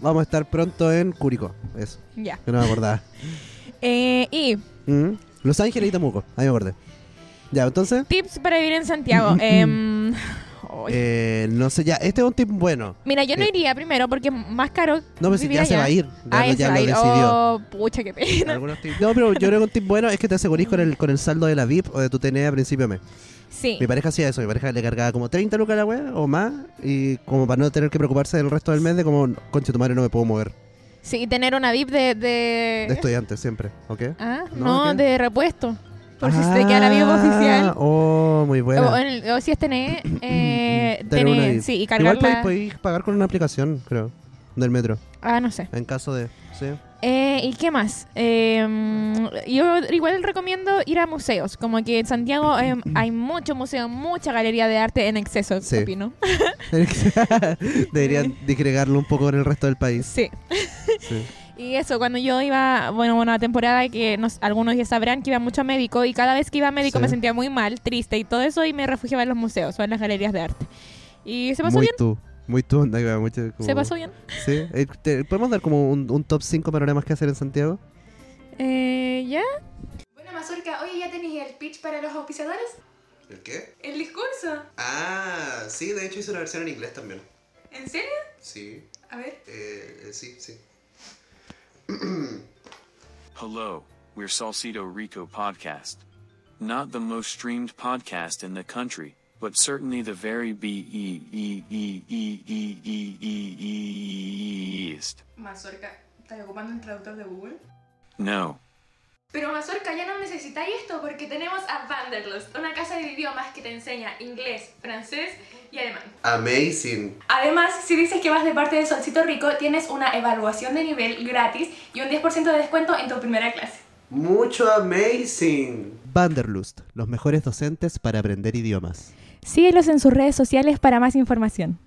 Speaker 1: Vamos a estar pronto en Curicó. Eso,
Speaker 2: Ya.
Speaker 1: que no me acordaba.
Speaker 2: Eh, y
Speaker 1: Mm. Los Ángeles y Tamuco, ahí me acordé. Ya, entonces.
Speaker 2: tips para vivir
Speaker 1: *clears throat*
Speaker 2: en Santiago. Em, ay.
Speaker 1: eh, no sé, ya, este es un tip bueno.
Speaker 2: Mira, yo no
Speaker 1: eh.
Speaker 2: iría primero porque es más caro.
Speaker 1: No, pero si
Speaker 2: vivir
Speaker 1: ya se
Speaker 2: allá.
Speaker 1: va a ir. Ya,
Speaker 2: Ah,
Speaker 1: lo-
Speaker 2: él
Speaker 1: ya
Speaker 2: se
Speaker 1: lo
Speaker 2: va a ir. *laughs*
Speaker 1: decidió.
Speaker 2: Oh, pucha, qué pena.
Speaker 1: Algunos tips- No, pero yo creo que
Speaker 2: *laughs*
Speaker 1: un tip bueno es que te asegurís con el, con el saldo de la VIP o de tu TNE a principio de mes.
Speaker 2: Sí.
Speaker 1: Mi pareja hacía eso, mi pareja le cargaba como 30 lucas a la web o más, y como para no tener que preocuparse del resto del mes de como, conche tu madre, no me puedo
Speaker 2: *laughs*
Speaker 1: mover.
Speaker 2: Sí, tener una VIP de... de...
Speaker 1: De estudiante siempre, ¿ok?
Speaker 2: Ah,
Speaker 1: No,
Speaker 2: no,
Speaker 1: ¿qué?
Speaker 2: de repuesto. Por si se te queda la VIP
Speaker 1: Ah,
Speaker 2: oficial.
Speaker 1: Oh, muy
Speaker 2: O,
Speaker 1: buena.
Speaker 2: en el- o si
Speaker 1: *clears throat*
Speaker 2: es TNE, eh,
Speaker 1: Tener una
Speaker 2: TNE,
Speaker 1: VIP.
Speaker 2: sí, y
Speaker 1: Igual podéis,
Speaker 2: cargarla.
Speaker 1: podéis pagar con una aplicación, creo, del metro,
Speaker 2: Ah, no sé.
Speaker 1: en caso de... Sí.
Speaker 2: *laughs* Eh, ¿Y qué más? Eh, mm, yo igual recomiendo ir a museos. Como que en Santiago eh,
Speaker 1: *clears throat*
Speaker 2: hay mucho museo, mucha galería de arte en exceso,
Speaker 1: Sí. *laughs*
Speaker 2: opino. *laughs*
Speaker 1: Deberían disgregarlo un poco en el resto del país.
Speaker 2: Sí.
Speaker 1: Sí.
Speaker 2: Y eso, cuando yo iba, bueno, bueno, la temporada que nos, algunos ya sabrán que iba mucho a médico y cada vez que iba a médico
Speaker 1: Sí.
Speaker 2: me sentía muy mal, triste y todo eso y me refugiaba en los museos o en las galerías de arte. Y se pasó
Speaker 1: Muy
Speaker 2: bien,
Speaker 1: tú. Muy tú, onda, que mucho como-
Speaker 2: se pasó bien.
Speaker 1: Sí. Eh, te- ¿Podemos dar como un, un top 5 panoramas que hacer en Santiago?
Speaker 2: Eh, ¿Ya?
Speaker 4: Bueno, Mazurka, oye, ¿ya tenéis el pitch para los auspiciadores?
Speaker 1: ¿El qué?
Speaker 4: ¿El discurso?
Speaker 1: Ah, sí, de hecho hice una versión en inglés también.
Speaker 4: ¿En serio?
Speaker 1: Sí, eh,
Speaker 4: A ver.
Speaker 1: sí, sí.
Speaker 5: Hello, we're Salcedo Rico Podcast. Not the most streamed podcast in the country, but certainly the very be e e e e e e e e east.
Speaker 4: Mazurka, ¿estás ocupando el traductor de Google?
Speaker 5: No.
Speaker 4: Pero Mazurka, ya no necesitáis esto porque tenemos a Vanderlust, una casa de idiomas que te enseña inglés, francés y alemán.
Speaker 1: Amazing.
Speaker 4: Además, si dices que vas de parte de Solcito Rico, tienes una evaluación de nivel gratis y un 10% de descuento en tu primera clase.
Speaker 1: Mucho amazing. Vanderlust, los mejores docentes para aprender idiomas.
Speaker 3: Síguelos en sus redes sociales para más información.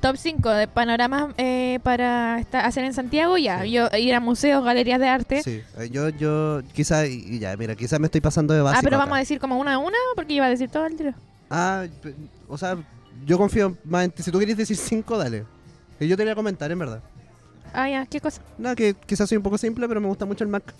Speaker 2: Top 5 de panoramas eh, para esta- hacer en Santiago, ya. Yo ir a museos, galerías de arte.
Speaker 1: Sí, eh, yo, yo, quizá, y y ya, mira, quizá me estoy pasando de básico
Speaker 2: ah, pero
Speaker 1: acá.
Speaker 2: vamos a decir como una a una, porque yo iba a decir todo el tiro.
Speaker 1: Ah, pe- o sea, yo confío más en ti. Si tú quieres decir cinco, dale. Que yo te voy a comentar, en verdad.
Speaker 2: Ah, ya, ¿qué cosa?
Speaker 1: Nada, que quizás soy un poco simple, pero me gusta mucho el Mac.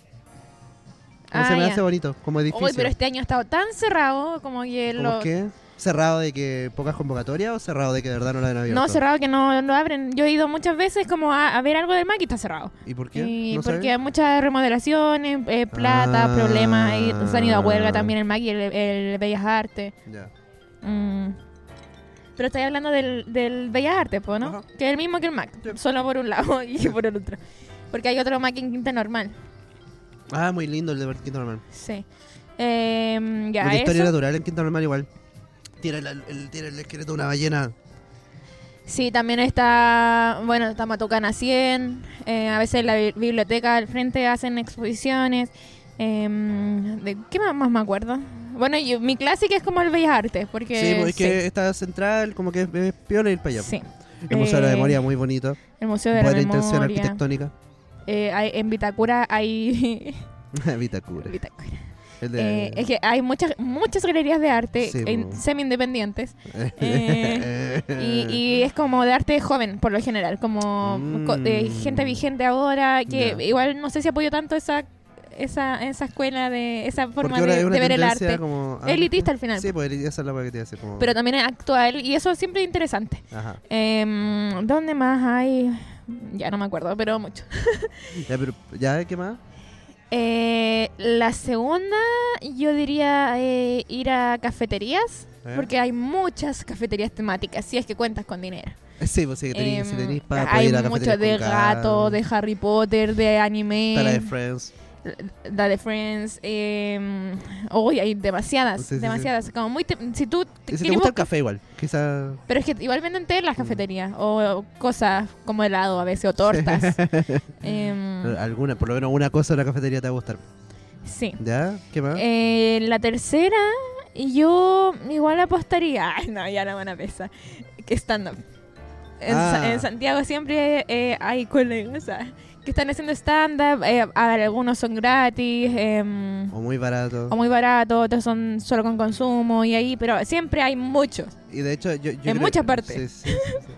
Speaker 1: Como
Speaker 2: Ah,
Speaker 1: se me
Speaker 2: ya.
Speaker 1: hace bonito, como edificio.
Speaker 2: Uy, pero este año ha estado tan cerrado como que
Speaker 1: ¿Cómo
Speaker 2: lo...
Speaker 1: qué? ¿Cerrado de que pocas convocatorias o cerrado de que de verdad no lo han abierto?
Speaker 2: No, cerrado que no lo abren. Yo he ido muchas veces como a, a ver algo del Mac y está cerrado.
Speaker 1: ¿Y por qué?
Speaker 2: Y
Speaker 1: ¿No
Speaker 2: porque
Speaker 1: saben?
Speaker 2: hay muchas remodelaciones, eh, plata,
Speaker 1: Ah.
Speaker 2: problemas. Y se han ido a huelga también el Mac y el, el Bellas Artes.
Speaker 1: Ya.
Speaker 2: Mm. Pero estoy hablando del, del Bellas Artes, po, ¿no?
Speaker 1: Ajá.
Speaker 2: Que es el mismo que el Mac,
Speaker 1: Sí.
Speaker 2: solo por un lado *laughs* y por el otro. Porque hay otro Mac en quinta normal.
Speaker 1: Ah, muy lindo el de Quinto Normal.
Speaker 2: Sí. Em, ya,
Speaker 1: la historia
Speaker 2: eso.
Speaker 1: natural en Quinto Normal igual. Tiene, la- el, tiene el esqueleto de una ballena.
Speaker 2: Sí, también está, bueno, está Matucana 100, eh, a veces en la bi- biblioteca al frente hacen exposiciones. em, ¿de ¿Qué más, más me acuerdo? Bueno, yo- mi clásica es como el Bellas Artes, porque...
Speaker 1: sí, porque es que esta central como que es, es piola ir para allá.
Speaker 2: sí,
Speaker 1: El Museo de la
Speaker 2: Eh,
Speaker 1: Memoria, muy bonito.
Speaker 2: el Museo de
Speaker 1: Buena
Speaker 2: la
Speaker 1: intención
Speaker 2: Memoria.
Speaker 1: arquitectónica. *laughs*
Speaker 2: Eh, hay- en Vitacura hay... *laughs*
Speaker 1: Vitacura.
Speaker 2: Vitacura.
Speaker 1: El de...
Speaker 2: Eh,
Speaker 1: *laughs*
Speaker 2: es que hay muchas muchas galerías de arte
Speaker 1: Sí, pues.
Speaker 2: en-
Speaker 1: po.
Speaker 2: semi-independientes eh, y,
Speaker 1: Eh,
Speaker 2: y es como de arte joven, por lo general, como
Speaker 1: Mm.
Speaker 2: co- de gente vigente ahora, que
Speaker 1: Ya.
Speaker 2: igual no sé si apoyo tanto esa esa, esa escuela, de esa forma
Speaker 1: Porque ahora
Speaker 2: de,
Speaker 1: hay una
Speaker 2: de ver el
Speaker 1: tendencia
Speaker 2: arte,
Speaker 1: Como,
Speaker 2: Elitista al final.
Speaker 1: Sí, pues elitista esa es la palabra que te iba a decir. Como,
Speaker 2: pero también es actual y eso siempre es interesante.
Speaker 1: Ajá.
Speaker 2: Em, ¿Dónde más hay? Ya no me acuerdo, pero mucho.
Speaker 1: Ya, pero, ¿ya qué más?
Speaker 2: Eh, la segunda, yo diría eh, ir a cafeterías.
Speaker 1: ¿Eh?
Speaker 2: Porque hay muchas cafeterías temáticas, si es que cuentas con dinero.
Speaker 1: *laughs* Sí, pues sí, tenéis, si
Speaker 2: Em,
Speaker 1: tenéis para poder
Speaker 2: hay
Speaker 1: ir a la
Speaker 2: mucho
Speaker 1: cafetería
Speaker 2: de
Speaker 1: con calma.
Speaker 2: gato, de Harry Potter,
Speaker 1: Está
Speaker 2: de
Speaker 1: la de
Speaker 2: anime,
Speaker 1: Friends.
Speaker 2: la de Friends. em, uy, hay demasiadas,
Speaker 1: Sí, sí, sí.
Speaker 2: demasiadas. Como muy tem- si tú te
Speaker 1: Y si te
Speaker 2: quieres
Speaker 1: gusta el
Speaker 2: buscar-
Speaker 1: café igual, quizá...
Speaker 2: pero es que igual venden té en las cafeterías o, o cosas como helado a veces
Speaker 1: *laughs*
Speaker 2: o tortas. Em,
Speaker 1: Alguna, por lo menos una cosa de la cafetería te va a gustar.
Speaker 2: sí.
Speaker 1: ¿Ya? ¿Qué más?
Speaker 2: Eh, la tercera, yo igual apostaría. *laughs* Ay, no, ya la van a pesar. Que stand-up. En, Sa-
Speaker 1: Ah.
Speaker 2: en Santiago siempre eh, hay colegas ah, que están haciendo stand-up. eh, algunos son gratis. em,
Speaker 1: o muy barato.
Speaker 2: o muy barato, otros son solo con consumo y ahí, pero siempre hay muchos.
Speaker 1: Y de hecho, yo, yo creo-
Speaker 2: muchas partes.
Speaker 1: Sí, sí, sí, sí.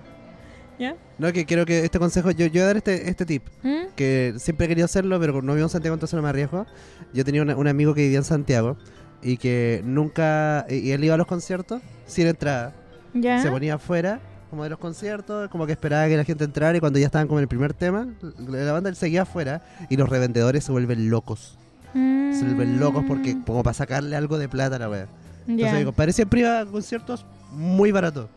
Speaker 2: *laughs* ¿Ya?
Speaker 1: No, que creo que este consejo, yo, yo voy a dar este, este tip,
Speaker 2: ¿Mm?
Speaker 1: que siempre he querido hacerlo, pero como no vivo en Santiago, entonces no me arriesgo. Yo tenía una- un amigo que vivía en Santiago y que nunca, y, y él iba a los conciertos sin entrada.
Speaker 2: ¿Ya?
Speaker 1: Se ponía afuera, como de los conciertos, como que esperaba que la gente entrara y cuando ya estaban como en el primer tema, la la banda él seguía afuera y los revendedores se vuelven locos. Se vuelven locos porque
Speaker 2: Mm.
Speaker 1: como para sacarle algo de plata a la wea. Entonces mi compadre siempre iba a conciertos muy baratos.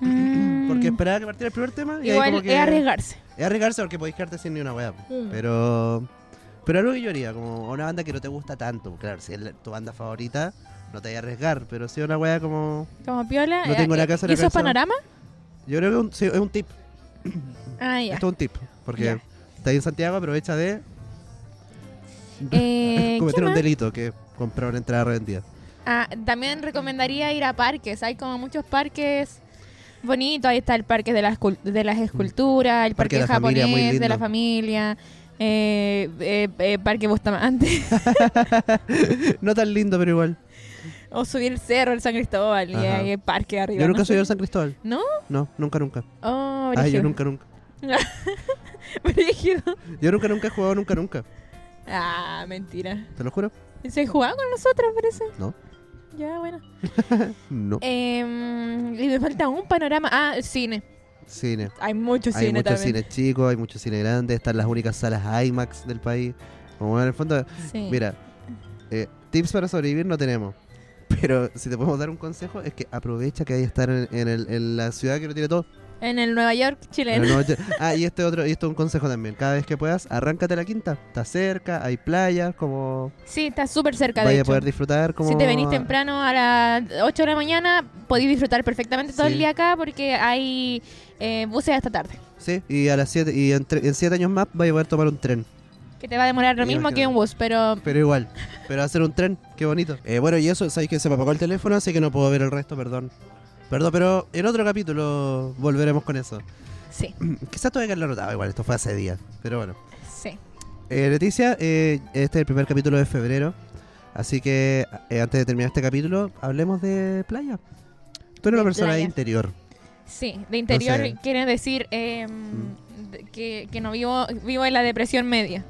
Speaker 1: *clears throat* Porque esperaba que partiera el primer tema y ahí
Speaker 2: Mm. Igual
Speaker 1: como
Speaker 2: es
Speaker 1: que...
Speaker 2: arriesgarse.
Speaker 1: Es arriesgarse porque podéis quedarte sin ni una weá.
Speaker 2: Mm.
Speaker 1: Pero. Pero algo que yo haría, como una banda que no te gusta tanto. Claro, si es la- tu banda favorita, no te voy a arriesgar. Pero si es una weá como.
Speaker 2: Como piola.
Speaker 1: No
Speaker 2: eh,
Speaker 1: tengo la
Speaker 2: eh,
Speaker 1: casa,
Speaker 2: ¿Y
Speaker 1: la
Speaker 2: eso es
Speaker 1: calzada.
Speaker 2: panorama?
Speaker 1: Yo creo que es un, sí, es un tip.
Speaker 2: Ah, ya.
Speaker 1: Esto es un tip. Porque
Speaker 2: Ya.
Speaker 1: está ahí en Santiago, aprovecha de *laughs*
Speaker 2: Eh, ¿qué
Speaker 1: cometer un
Speaker 2: más?
Speaker 1: delito que es comprar una entrada revendida. *laughs*
Speaker 2: Ah, también recomendaría ir a parques. Hay como muchos parques bonitos. Ahí está el parque de las, cul- de las esculturas, el
Speaker 1: Parque
Speaker 2: parque,
Speaker 1: de la
Speaker 2: japonés
Speaker 1: familia, muy lindo.
Speaker 2: de la familia, eh, eh, eh, parque Bustamante,
Speaker 1: no tan lindo, pero igual.
Speaker 2: *laughs* o subir el cerro, el San Cristóbal, y
Speaker 1: Ajá.
Speaker 2: hay el parque arriba.
Speaker 1: Yo nunca
Speaker 2: ¿no?
Speaker 1: subí al San Cristóbal.
Speaker 2: ¿No?
Speaker 1: No, nunca, nunca.
Speaker 2: Oh,
Speaker 1: Ay, yo
Speaker 2: brígido.
Speaker 1: nunca, nunca.
Speaker 2: *laughs* Brígido.
Speaker 1: Yo nunca, nunca he jugado, nunca, nunca.
Speaker 2: Ah, mentira.
Speaker 1: Te lo juro.
Speaker 2: ¿Se jugaba con nosotros, parece?
Speaker 1: No.
Speaker 2: Ya, bueno.
Speaker 1: No.
Speaker 2: Eh, Em, y me falta un panorama. Ah, el cine.
Speaker 1: Cine.
Speaker 2: Hay mucho
Speaker 1: Hay
Speaker 2: cine
Speaker 1: muchos
Speaker 2: también.
Speaker 1: cines chicos, hay muchos cines grandes, están las únicas salas IMAX del país. Como en el fondo,
Speaker 2: Sí.
Speaker 1: mira, eh, tips para sobrevivir no tenemos. Pero si te podemos dar un consejo es que aprovecha que hay estar en, en el- en la ciudad que lo tiene todo.
Speaker 2: En el Nueva York
Speaker 1: Pero
Speaker 2: chileno.
Speaker 1: no- ah, y este otro, y esto es un consejo también. Cada vez que puedas, arráncate a la quinta. Está cerca, hay playas, como
Speaker 2: Sí, está súper cerca de
Speaker 1: vaya a
Speaker 2: hecho.
Speaker 1: poder disfrutar. Como
Speaker 2: Si te venís temprano a las 8 de la mañana, podéis disfrutar perfectamente todo
Speaker 1: Sí.
Speaker 2: el día acá porque hay eh, buses hasta tarde.
Speaker 1: Sí, y a las siete, y en, tre- en siete años más vaya a poder tomar un tren.
Speaker 2: Que te va a demorar lo
Speaker 1: Sí,
Speaker 2: mismo que
Speaker 1: imagínate.
Speaker 2: un bus, pero
Speaker 1: Pero igual, pero hacer un tren, qué bonito. Eh, bueno, y eso, sabéis que se me apagó el teléfono, así que no puedo ver el resto, perdón. Perdón, pero en otro capítulo volveremos con eso.
Speaker 2: Sí,
Speaker 1: Quizás todavía que lo notaba, igual, esto fue hace días, pero bueno.
Speaker 2: sí.
Speaker 1: Eh, Leticia, eh, este es el primer capítulo de febrero, así que eh, antes de terminar este capítulo, hablemos de playa. Tú eres
Speaker 2: De
Speaker 1: una persona de
Speaker 2: playa.
Speaker 1: interior.
Speaker 2: Sí, de interior
Speaker 1: Entonces-
Speaker 2: quiere decir eh, mm, de- que, que no vivo, vivo en la depresión media.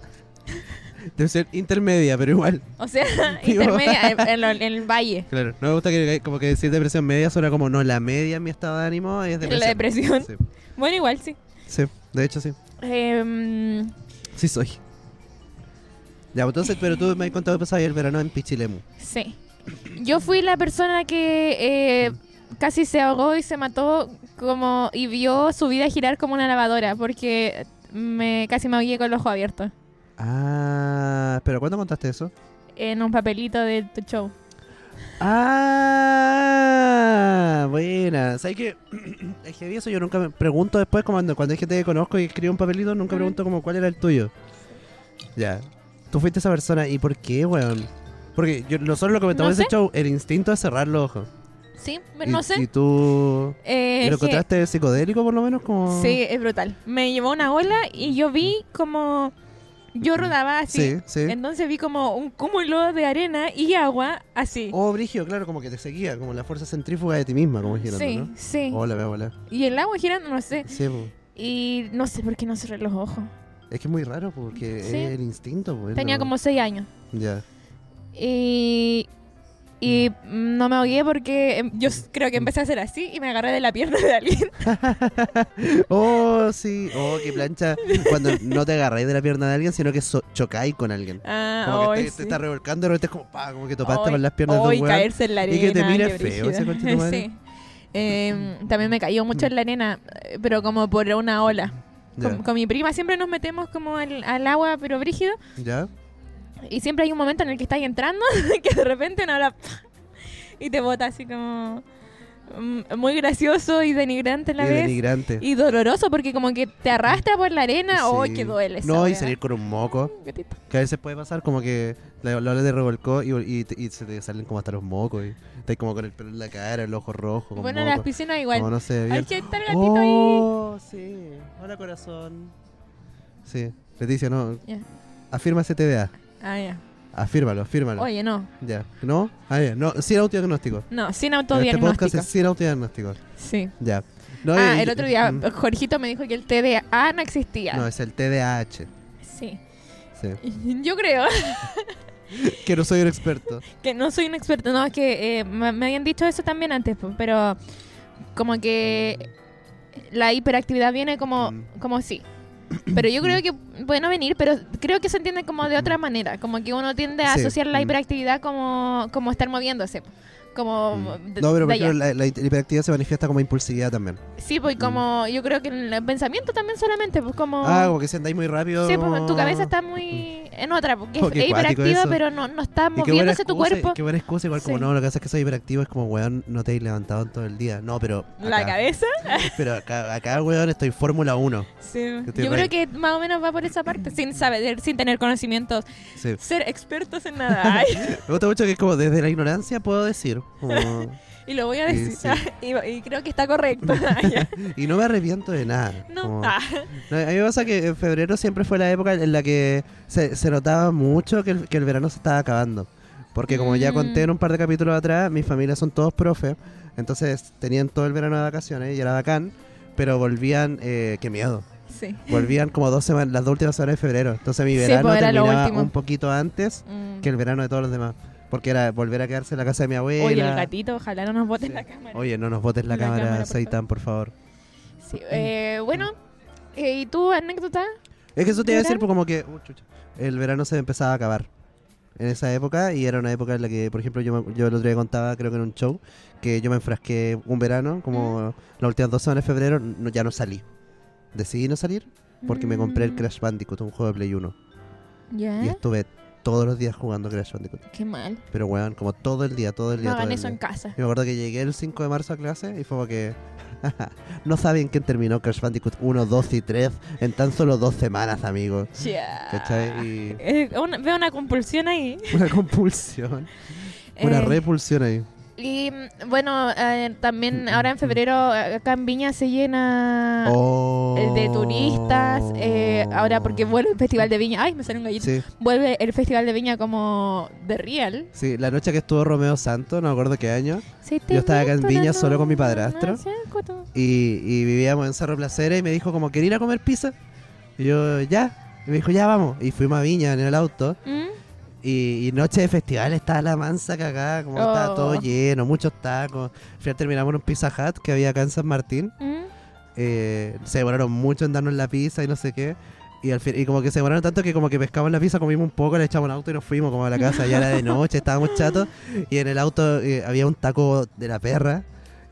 Speaker 1: Debe ser intermedia, pero igual.
Speaker 2: O sea, *laughs*
Speaker 1: Vivo-
Speaker 2: intermedia, en, en lo- en el valle.
Speaker 1: Claro, no me gusta que como que decir depresión media suena como no, la media en mi estado de ánimo es depresión.
Speaker 2: La depresión.
Speaker 1: Sí,
Speaker 2: Bueno, igual sí.
Speaker 1: sí, de hecho sí.
Speaker 2: Eh, mm,
Speaker 1: Sí soy. Ya, pues, entonces, pero tú me has contado que pasabas el verano en Pichilemu.
Speaker 2: sí. Yo fui la persona que eh, casi se ahogó y se mató como y vio su vida girar como una lavadora porque me casi me ahogué con los ojos abiertos
Speaker 1: Ah, pero ¿cuándo contaste eso?
Speaker 2: en un papelito de tu show.
Speaker 1: Ah, buena. ¿Sabes qué? *clears throat* Es que eso yo nunca me pregunto después, como cuando, cuando es que te conozco y escribo un papelito, nunca pregunto como cuál era el tuyo. Ya. Tú fuiste esa persona, ¿y por qué, weón? Porque yo, nosotros lo comentamos en
Speaker 2: No
Speaker 1: ese
Speaker 2: sé.
Speaker 1: show, el instinto de cerrar los ojos.
Speaker 2: Sí,
Speaker 1: y,
Speaker 2: no sé.
Speaker 1: Y tú...
Speaker 2: Eh,
Speaker 1: ¿y ¿Lo
Speaker 2: es que-
Speaker 1: encontraste psicodélico por lo menos? Como...
Speaker 2: Sí, es brutal. Me llevó una ola y yo vi como... Yo rodaba así.
Speaker 1: Sí, sí.
Speaker 2: Entonces vi como un cúmulo de arena y agua así.
Speaker 1: Oh, Brigio, claro, como que te seguía, como la fuerza centrífuga de ti misma, como girando,
Speaker 2: sí,
Speaker 1: ¿no?
Speaker 2: sí.
Speaker 1: Hola, veo, hola.
Speaker 2: Y el agua girando, no sé.
Speaker 1: Sí, po.
Speaker 2: Y no sé por qué no cerré los ojos.
Speaker 1: es que es muy raro porque
Speaker 2: Sí.
Speaker 1: es el instinto, pues,
Speaker 2: Tenía
Speaker 1: ¿no?
Speaker 2: como seis años. *laughs*
Speaker 1: Ya.
Speaker 2: Y... Y
Speaker 1: Mm.
Speaker 2: mm, no me ahogué porque em, yo s- creo que empecé a hacer así y me agarré de la pierna de alguien. *laughs*
Speaker 1: Oh, sí. Oh, qué plancha. Cuando no te agarráis de la pierna de alguien, sino que so- chocáis con alguien. Como
Speaker 2: Ah,
Speaker 1: que te,
Speaker 2: hoy
Speaker 1: te
Speaker 2: sí.
Speaker 1: estás revolcando, de repente es como, pa, como que topaste
Speaker 2: Hoy-
Speaker 1: con las piernas de
Speaker 2: hoy
Speaker 1: un weón.
Speaker 2: caerse en la arena.
Speaker 1: Y que te mire
Speaker 2: qué
Speaker 1: feo
Speaker 2: brígido.
Speaker 1: ese
Speaker 2: *laughs*
Speaker 1: conchetumare.
Speaker 2: Sí. Eh, también me cayó mucho en la arena, eh, pero como por una ola.
Speaker 1: Ya,
Speaker 2: Con, con mi prima siempre nos metemos como al, al agua, pero brígido.
Speaker 1: ya.
Speaker 2: Y siempre hay un momento en el que estás entrando *laughs* que de repente una ola *laughs* ¡pah! y te bota así como mm, muy gracioso y denigrante a la
Speaker 1: Y
Speaker 2: vez.
Speaker 1: denigrante.
Speaker 2: Y doloroso porque como que te arrastra por la arena. ¡Ay,
Speaker 1: Sí.
Speaker 2: que duele! esa
Speaker 1: No, y
Speaker 2: wea!
Speaker 1: salir con un moco.
Speaker 2: Gatito.
Speaker 1: Que a veces puede pasar como que la la ola te revolcó y, y te- y se te salen como hasta los mocos. Y estás como con el pelo en la cara, el ojo rojo. Con
Speaker 2: Bueno, en las
Speaker 1: moco.
Speaker 2: piscinas igual.
Speaker 1: Como no se ve bien.
Speaker 2: Ahí está el gatito
Speaker 1: oh, sí. Hola, corazón. Sí. Leticia, no.
Speaker 2: Ya.
Speaker 1: Afirma ese TDA.
Speaker 2: ahí. Ah, ya.
Speaker 1: Afírmalo, afírmalo.
Speaker 2: Oye, no.
Speaker 1: Ya. ¿No? Ah, ya. No, sin autodiagnóstico.
Speaker 2: No, sin
Speaker 1: Este podcast
Speaker 2: autodiagnóstico.
Speaker 1: es sin autodiagnóstico.
Speaker 2: Sí.
Speaker 1: Ya. No,
Speaker 2: ah,
Speaker 1: y-
Speaker 2: el otro día
Speaker 1: mm,
Speaker 2: Jorgito me dijo que el TDA no existía.
Speaker 1: No, es el TDAH.
Speaker 2: Sí. *laughs*
Speaker 1: Sí.
Speaker 2: Yo creo
Speaker 1: Que no soy un experto.
Speaker 2: que no soy un experto. No, es que eh, me me habían dicho eso también antes, po, pero como que la hiperactividad viene como,
Speaker 1: Mm.
Speaker 2: como sí. Pero yo creo que puede no venir, pero creo que se entiende como de otra manera. Como que uno tiende a
Speaker 1: Sí.
Speaker 2: asociar la
Speaker 1: Mm.
Speaker 2: hiperactividad como, como estar moviéndose. po, Como Oh, de-
Speaker 1: Mm. No, pero
Speaker 2: de
Speaker 1: por ejemplo, la,
Speaker 2: allá.
Speaker 1: Mm. la hiperactividad se manifiesta como impulsividad también.
Speaker 2: Sí, pues como yo creo que en el pensamiento también solamente, pues como...
Speaker 1: Ah, como que si andáis muy rápido.
Speaker 2: Sí, pues, tu
Speaker 1: como-
Speaker 2: cabeza está muy en otra, porque
Speaker 1: Oh,
Speaker 2: es-
Speaker 1: qué
Speaker 2: es
Speaker 1: cuático
Speaker 2: hiperactiva,
Speaker 1: eso.
Speaker 2: pero no, no está
Speaker 1: Y qué buena
Speaker 2: moviéndose tu
Speaker 1: excusa,
Speaker 2: cuerpo.
Speaker 1: Qué buena excusa, igual como
Speaker 2: Sí.
Speaker 1: no, lo que pasa es que soy hiperactivo, es como, weón, no te he levantado en todo el día. No, pero.
Speaker 2: ¿La
Speaker 1: acá.
Speaker 2: cabeza?
Speaker 1: *laughs* Pero acá, acá, weón, estoy Fórmula 1.
Speaker 2: Sí.
Speaker 1: Que te
Speaker 2: Yo
Speaker 1: re-
Speaker 2: creo que más o menos va por esa parte, sin saber, sin tener conocimientos,
Speaker 1: Sí.
Speaker 2: ser expertos en nada. Ay,
Speaker 1: Me gusta mucho que es como desde la ignorancia puedo decir. como-
Speaker 2: y lo voy a
Speaker 1: Sí,
Speaker 2: decir,
Speaker 1: sí.
Speaker 2: *laughs* y, y creo que
Speaker 1: *laughs*
Speaker 2: está correcto. Ay, ya.
Speaker 1: y no me arrepiento de nada.
Speaker 2: no,
Speaker 1: como-
Speaker 2: ah,
Speaker 1: No, a mí me pasa que en febrero siempre fue la época en la que se, se notaba mucho que el, que el verano se estaba acabando. Porque como ya
Speaker 2: Mm.
Speaker 1: conté en un par de capítulos atrás, mis familias son todos profes. Entonces tenían todo el verano de vacaciones y era bacán. Pero volvían, eh, qué miedo.
Speaker 2: sí.
Speaker 1: Volvían como dos semanas, las dos últimas semanas de febrero. Entonces mi
Speaker 2: Sí,
Speaker 1: verano
Speaker 2: pues, era lo
Speaker 1: terminaba
Speaker 2: último.
Speaker 1: un poquito antes
Speaker 2: Mm.
Speaker 1: que el verano de todos los demás. Porque era volver a quedarse en la casa de mi abuela.
Speaker 2: Oye, el gatito, ojalá no nos boten la cámara.
Speaker 1: Oye, no nos botes la,
Speaker 2: La
Speaker 1: cámara,
Speaker 2: cámara, por
Speaker 1: Seitan, por favor.
Speaker 2: Sí,
Speaker 1: mm.
Speaker 2: eh, bueno, eh, ¿y tu anécdota?
Speaker 1: Es que eso te iba a decir,
Speaker 2: ¿Verano?
Speaker 1: pues, como que uh, chucha, el verano se empezaba a acabar en esa época y era una época en la que, por ejemplo, yo, me- yo el otro día contaba, creo que en un show, que yo me enfrasqué un verano, como las últimas dos semanas de febrero, no- ya no salí. Decidí no salir porque me compré el
Speaker 2: Mm, ¿Eh?
Speaker 1: Crash Bandicoot, un juego de Play 1,
Speaker 2: Ya,
Speaker 1: y estuve todos los días jugando Crash Bandicoot.
Speaker 2: qué mal.
Speaker 1: Pero, weón, como todo el día, todo el
Speaker 2: No
Speaker 1: día, todo
Speaker 2: hagan
Speaker 1: el
Speaker 2: eso en
Speaker 1: día.
Speaker 2: casa.
Speaker 1: *laughs* Y me acuerdo que llegué el 5 de marzo a clase y fue como que... *laughs* no saben quién terminó Crash Bandicoot 1, 2 y 3 en tan solo dos semanas, amigos.
Speaker 2: Ya.
Speaker 1: ¿Cachai? *laughs* Y
Speaker 2: Eh, una- veo una compulsión ahí.
Speaker 1: una compulsión. Una
Speaker 2: Eh,
Speaker 1: repulsión ahí.
Speaker 2: Y mm, bueno, eh,
Speaker 1: Mm,
Speaker 2: también ahora en febrero eh, acá en Viña se
Speaker 1: Oh,
Speaker 2: llena ah, el de turistas. eh, ahora porque vuelve el Festival de Viña. Ay, me salió un gallito.
Speaker 1: Oh. Sí,
Speaker 2: Vuelve el Festival de Viña como de real.
Speaker 1: sí, la noche que estuvo Romeo Santo, no me acuerdo qué año,
Speaker 2: Si te
Speaker 1: Yo estaba acá en
Speaker 2: meto
Speaker 1: Viña
Speaker 2: la
Speaker 1: solo con mi
Speaker 2: mano,
Speaker 1: padrastro.
Speaker 2: no sé cuánto.
Speaker 1: y, y vivíamos en Cerro Placera y me dijo como, ¿quería ir a comer pizza? Y yo, ya. Y me dijo, ya vamos. Y fuimos a Viña en el auto.
Speaker 2: ¿Mm?
Speaker 1: Y, y noche de festival estaba la mansa cagada, como
Speaker 2: Oh.
Speaker 1: estaba todo lleno, muchos tacos. Al final terminamos en un Pizza Hut que había acá en San Martín.
Speaker 2: ¿Mm?
Speaker 1: eh, se demoraron mucho en darnos la pizza y no sé qué. Y, al fin, y como que se demoraron tanto que como que pescamos la pizza, comimos un poco, le echamos el auto y nos fuimos como a la casa. Ya era de noche, estábamos chatos. Y en el auto eh, había un taco de la perra.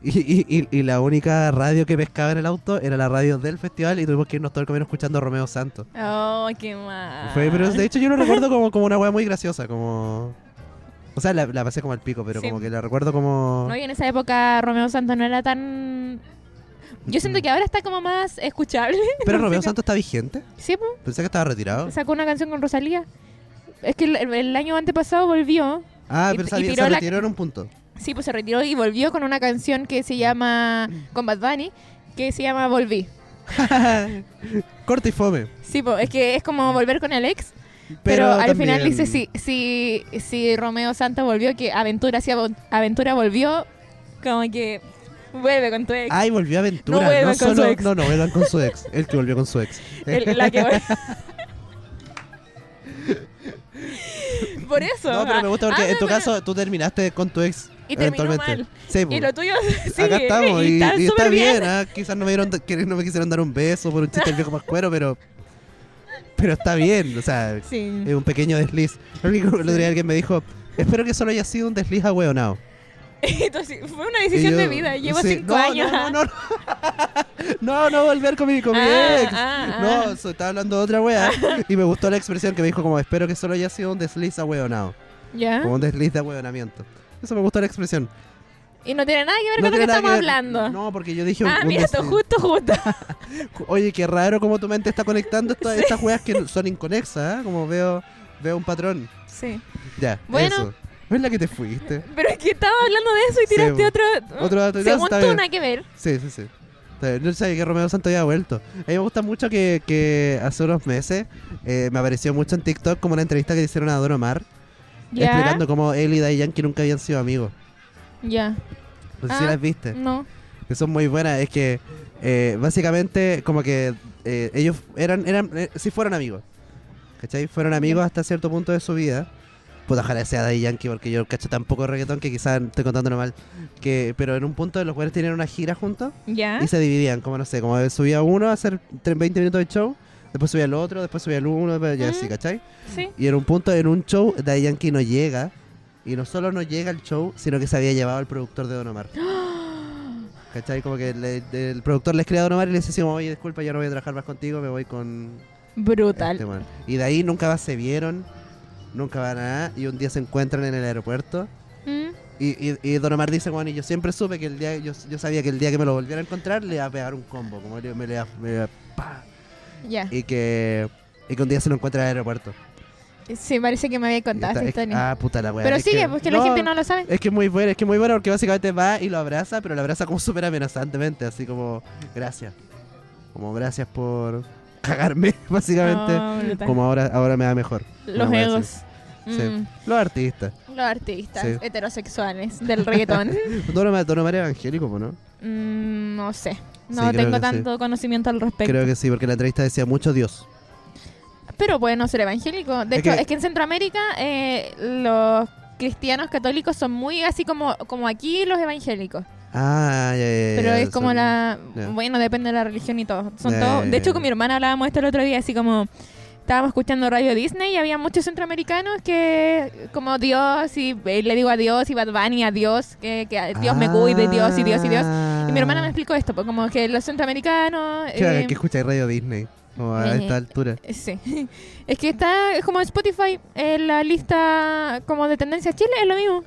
Speaker 1: Y, y- y- y la única radio que pescaba en el auto era la radio del festival y tuvimos que irnos todo el camino escuchando a Romeo Santos.
Speaker 2: Oh, qué mal.
Speaker 1: Fue, pero de hecho yo lo recuerdo como, como una weá muy graciosa, como... O sea, la, la pasé como al pico, pero
Speaker 2: Sí.
Speaker 1: como que la recuerdo como...
Speaker 2: No, y en esa época Romeo Santos no era tan... Yo siento que ahora está como
Speaker 1: *laughs*
Speaker 2: más escuchable.
Speaker 1: Pero Romeo Santos está vigente.
Speaker 2: Sí, po,
Speaker 1: Pensé que estaba retirado.
Speaker 2: sacó una canción con Rosalía. Es que el, el año antepasado volvió.
Speaker 1: Ah,
Speaker 2: Y-
Speaker 1: pero
Speaker 2: y
Speaker 1: sabía-
Speaker 2: tiró
Speaker 1: se
Speaker 2: la-
Speaker 1: retiró en un punto.
Speaker 2: Sí, pues se retiró y volvió con una canción que se llama... Con Bad Bunny, que se llama Volví.
Speaker 1: Corta y fome.
Speaker 2: Sí, pues es que es como volver con el ex.
Speaker 1: Pero,
Speaker 2: Pero, al
Speaker 1: también-
Speaker 2: final dice, si, si, si Romeo Santos volvió, que Aventura, si Avo- Aventura volvió, como que vuelve con tu ex.
Speaker 1: Ay, volvió a Aventura.
Speaker 2: No
Speaker 1: No,
Speaker 2: vuelvan con
Speaker 1: solo,
Speaker 2: su ex.
Speaker 1: no, no vuelvan con su ex. El que volvió con su ex.
Speaker 2: *laughs* El- la que
Speaker 1: *laughs*
Speaker 2: Por eso.
Speaker 1: *laughs* No, pero me gusta porque
Speaker 2: Ah,
Speaker 1: en tu
Speaker 2: pero-
Speaker 1: caso tú terminaste con tu ex.
Speaker 2: Y terminó
Speaker 1: eventualmente.
Speaker 2: mal.
Speaker 1: Sí,
Speaker 2: Y
Speaker 1: pues.
Speaker 2: lo tuyo
Speaker 1: *laughs*
Speaker 2: sí,
Speaker 1: Acá estamos y,
Speaker 2: y,
Speaker 1: y
Speaker 2: está
Speaker 1: está,
Speaker 2: súper
Speaker 1: bien.
Speaker 2: bien.
Speaker 1: ah, Quizás no me, dieron, que no me quisieron dar un beso por un chiste del viejo pascuero, pero. Pero está bien, o sea,
Speaker 2: Sí.
Speaker 1: es un pequeño desliz. Lo único que el otro día alguien me dijo: Espero que solo haya sido un desliz a
Speaker 2: *laughs* Entonces, fue una decisión
Speaker 1: Y yo,
Speaker 2: de vida. Llevo
Speaker 1: Eh, sí,
Speaker 2: cinco
Speaker 1: no,
Speaker 2: años.
Speaker 1: No, no, *laughs* no. No, no volver con mi, con mi
Speaker 2: Ah,
Speaker 1: ex.
Speaker 2: ah,
Speaker 1: no,
Speaker 2: ah.
Speaker 1: eso, estaba hablando de otra wea. y me gustó la expresión que me dijo como espero que solo haya sido un desliz ahueonado.
Speaker 2: ¿Ya?
Speaker 1: Como un desliz de ahueonamiento. Eso me gustó la expresión.
Speaker 2: Y no tiene nada que ver
Speaker 1: No
Speaker 2: con lo que
Speaker 1: tiene nada
Speaker 2: estamos
Speaker 1: ver-
Speaker 2: hablando.
Speaker 1: No, porque yo dije
Speaker 2: ah,
Speaker 1: un
Speaker 2: mira, esto
Speaker 1: desliz. *laughs*
Speaker 2: justo, justo.
Speaker 1: Oye, qué raro como tu mente está conectando
Speaker 2: *laughs*
Speaker 1: estas- estas weas que son inconexas, ¿eh? Como veo, veo un patrón.
Speaker 2: sí.
Speaker 1: Ya,
Speaker 2: Bueno.
Speaker 1: eso. ¿Ves la que te fuiste?
Speaker 2: Pero es que estaba hablando de eso y
Speaker 1: Sí,
Speaker 2: tiraste
Speaker 1: bo.
Speaker 2: otro.
Speaker 1: Otro dato, ya
Speaker 2: Según
Speaker 1: está
Speaker 2: tú,
Speaker 1: bien.
Speaker 2: nada que ver.
Speaker 1: Sí, sí, sí. Está bien. No sabía que Romeo Santos había vuelto. A mí me gusta mucho que, que hace unos meses eh, me apareció mucho en TikTok como una entrevista que le hicieron a Don Omar
Speaker 2: Ya.
Speaker 1: explicando cómo él y Daddy Yankee nunca habían sido amigos.
Speaker 2: Ya.
Speaker 1: No sé si
Speaker 2: Ah.
Speaker 1: las viste,
Speaker 2: No.
Speaker 1: que son muy buenas. Es que eh, básicamente como que eh, ellos eran, eran eh, sí fueron amigos. ¿Cachai? Fueron amigos hasta cierto punto de su vida. Puta, ojalá sea Daddy Yankee porque yo cacho tan poco de reggaetón que quizás estoy contándolo mal. Que, pero en un punto los jugadores tenían una gira juntos.
Speaker 2: Ya.
Speaker 1: Y se dividían, como no sé, como subía uno a hacer tre- 20 minutos de show, después subía el otro, después subía el uno, después- y
Speaker 2: Mm.
Speaker 1: así, ¿cachai?
Speaker 2: Sí.
Speaker 1: Y en un punto, en un show, Daddy Yankee no llega, y no solo no llega al show, sino que se había llevado al productor de Don Omar. ¿Cachai? Como que le- el productor les crea a Don Omar y les decía, oye, disculpa, ya no voy a trabajar más contigo, me voy con
Speaker 2: Brutal.
Speaker 1: este man". Y de ahí nunca más se vieron, nunca van a nada, y un día se encuentran en el aeropuerto.
Speaker 2: Mm.
Speaker 1: Y, y, y Don Omar dice, bueno, y yo siempre supe que el día, yo, yo sabía que el día que me lo volviera a encontrar le iba a pegar un combo, como le- me le iba- me le iba- pa.
Speaker 2: Ya.
Speaker 1: Y que, y que un día se lo encuentra en el aeropuerto.
Speaker 2: Sí, parece que me había contado
Speaker 1: Y
Speaker 2: esta
Speaker 1: está- es-
Speaker 2: historia.
Speaker 1: ah, puta la weá.
Speaker 2: Pero
Speaker 1: es
Speaker 2: sigue,
Speaker 1: que-
Speaker 2: porque la gente no lo sabe.
Speaker 1: Es que es muy buena, es que es muy buena porque básicamente va y lo abraza, pero lo abraza como súper amenazantemente, así como, gracias. Como gracias por cagarme, *laughs* básicamente.
Speaker 2: Oh, brutal.
Speaker 1: Como ahora, ahora me va mejor.
Speaker 2: Los
Speaker 1: Una weá
Speaker 2: egos.
Speaker 1: así. Sí.
Speaker 2: Mm.
Speaker 1: Los artistas.
Speaker 2: Los artistas
Speaker 1: Sí.
Speaker 2: heterosexuales
Speaker 1: *laughs*
Speaker 2: del reggaetón.
Speaker 1: Don Omar, Don Omar es evangélico, po, ¿no?
Speaker 2: Mm, no sé.
Speaker 1: Sí,
Speaker 2: No
Speaker 1: creo
Speaker 2: tengo
Speaker 1: que
Speaker 2: tanto conocimiento al respecto.
Speaker 1: Creo que sí, porque la entrevista decía mucho Dios.
Speaker 2: Pero puede no ser evangélico. De
Speaker 1: Es
Speaker 2: hecho,
Speaker 1: que-
Speaker 2: es que en Centroamérica eh, los cristianos católicos son muy así como, como aquí los evangélicos.
Speaker 1: Ah, ya, ya, ya,
Speaker 2: Pero
Speaker 1: ya,
Speaker 2: es como
Speaker 1: son-
Speaker 2: la...
Speaker 1: ya. Eh.
Speaker 2: Bueno, depende de la religión y todo. Son
Speaker 1: Ya,
Speaker 2: todo-
Speaker 1: ya,
Speaker 2: De hecho,
Speaker 1: ya.
Speaker 2: con mi hermana hablábamos esto el otro día, así como... Estábamos escuchando Radio Disney y había muchos centroamericanos que como Dios y eh, le digo a Dios y Bad Bunny a Dios, que, que Dios me cuide, Dios y Dios y Dios. Y mi hermana me explicó esto, pues, como que los centroamericanos...
Speaker 1: Qué bacán
Speaker 2: eh,
Speaker 1: Ah. que escucháis Radio Disney, como a
Speaker 2: eh,
Speaker 1: esta altura.
Speaker 2: Sí. *laughs* Es que está es como Spotify en la lista como de tendencia Chile, es lo mismo.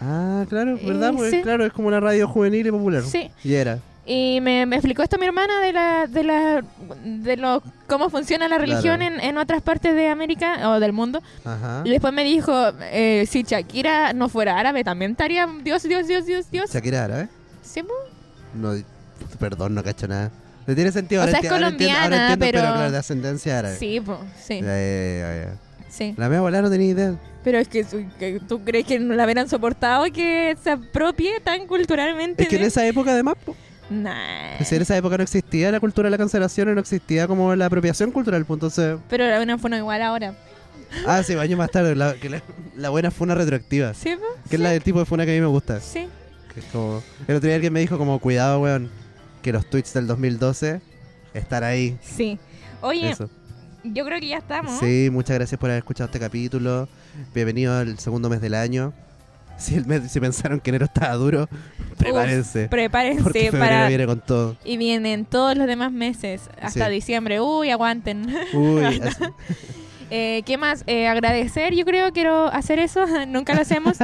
Speaker 1: Ah, claro, ¿verdad?
Speaker 2: eh,
Speaker 1: Porque
Speaker 2: sí.
Speaker 1: claro, es como una radio juvenil y popular.
Speaker 2: Sí.
Speaker 1: Y era.
Speaker 2: Y me, me explicó esto mi hermana de la, de la, de lo, cómo funciona la religión en, en otras partes de América o del mundo.
Speaker 1: Ajá.
Speaker 2: Y después me dijo, eh, si Shakira no fuera árabe, también estaría Dios, Dios, Dios, Dios, Dios.
Speaker 1: Shakira árabe.
Speaker 2: Sí, po.
Speaker 1: No, perdón, no cacho nada. No tiene sentido.
Speaker 2: O
Speaker 1: ahora
Speaker 2: sea, es
Speaker 1: enti- ahora entiendo- ahora
Speaker 2: colombiana,
Speaker 1: entiendo, pero...
Speaker 2: pero-
Speaker 1: claro, de ascendencia árabe.
Speaker 2: sí, po, sí,
Speaker 1: Ya, ya, ya, ya.
Speaker 2: sí.
Speaker 1: La mía volar no tenía idea.
Speaker 2: Pero es que, su- que tú crees que no la hubieran soportado que se apropie tan culturalmente.
Speaker 1: Es que en
Speaker 2: de-
Speaker 1: esa época, además, po,
Speaker 2: Nah.
Speaker 1: si en esa época no existía la cultura de la cancelación, no existía como la apropiación cultural. Pues entonces,
Speaker 2: Pero era una forma igual ahora.
Speaker 1: ah, sí, años más tarde. La, que la, la buena funa retroactiva,
Speaker 2: ¿Sí, po?
Speaker 1: que es la del tipo de funa que a mí me gusta.
Speaker 2: Sí.
Speaker 1: Que es como, el otro día alguien me dijo, como, cuidado, weón, que los tweets del 2012 están ahí.
Speaker 3: Sí. Oye,
Speaker 1: Eso.
Speaker 3: yo creo que ya estamos.
Speaker 1: Sí, muchas gracias por haber escuchado este capítulo. Bienvenido al segundo mes del año. Si, el mes- si pensaron que enero estaba duro, prepárense. porque
Speaker 3: Prepárense
Speaker 1: febrero
Speaker 3: para...
Speaker 1: viene con todo.
Speaker 2: Y vienen todos los demás meses, hasta
Speaker 1: Sí.
Speaker 2: diciembre. Uy, aguanten. *laughs*
Speaker 1: Uy, así-
Speaker 2: Eh, ¿Qué más? Eh, agradecer, yo creo, quiero hacer eso, *laughs* nunca
Speaker 1: *laughs*
Speaker 2: lo hacemos.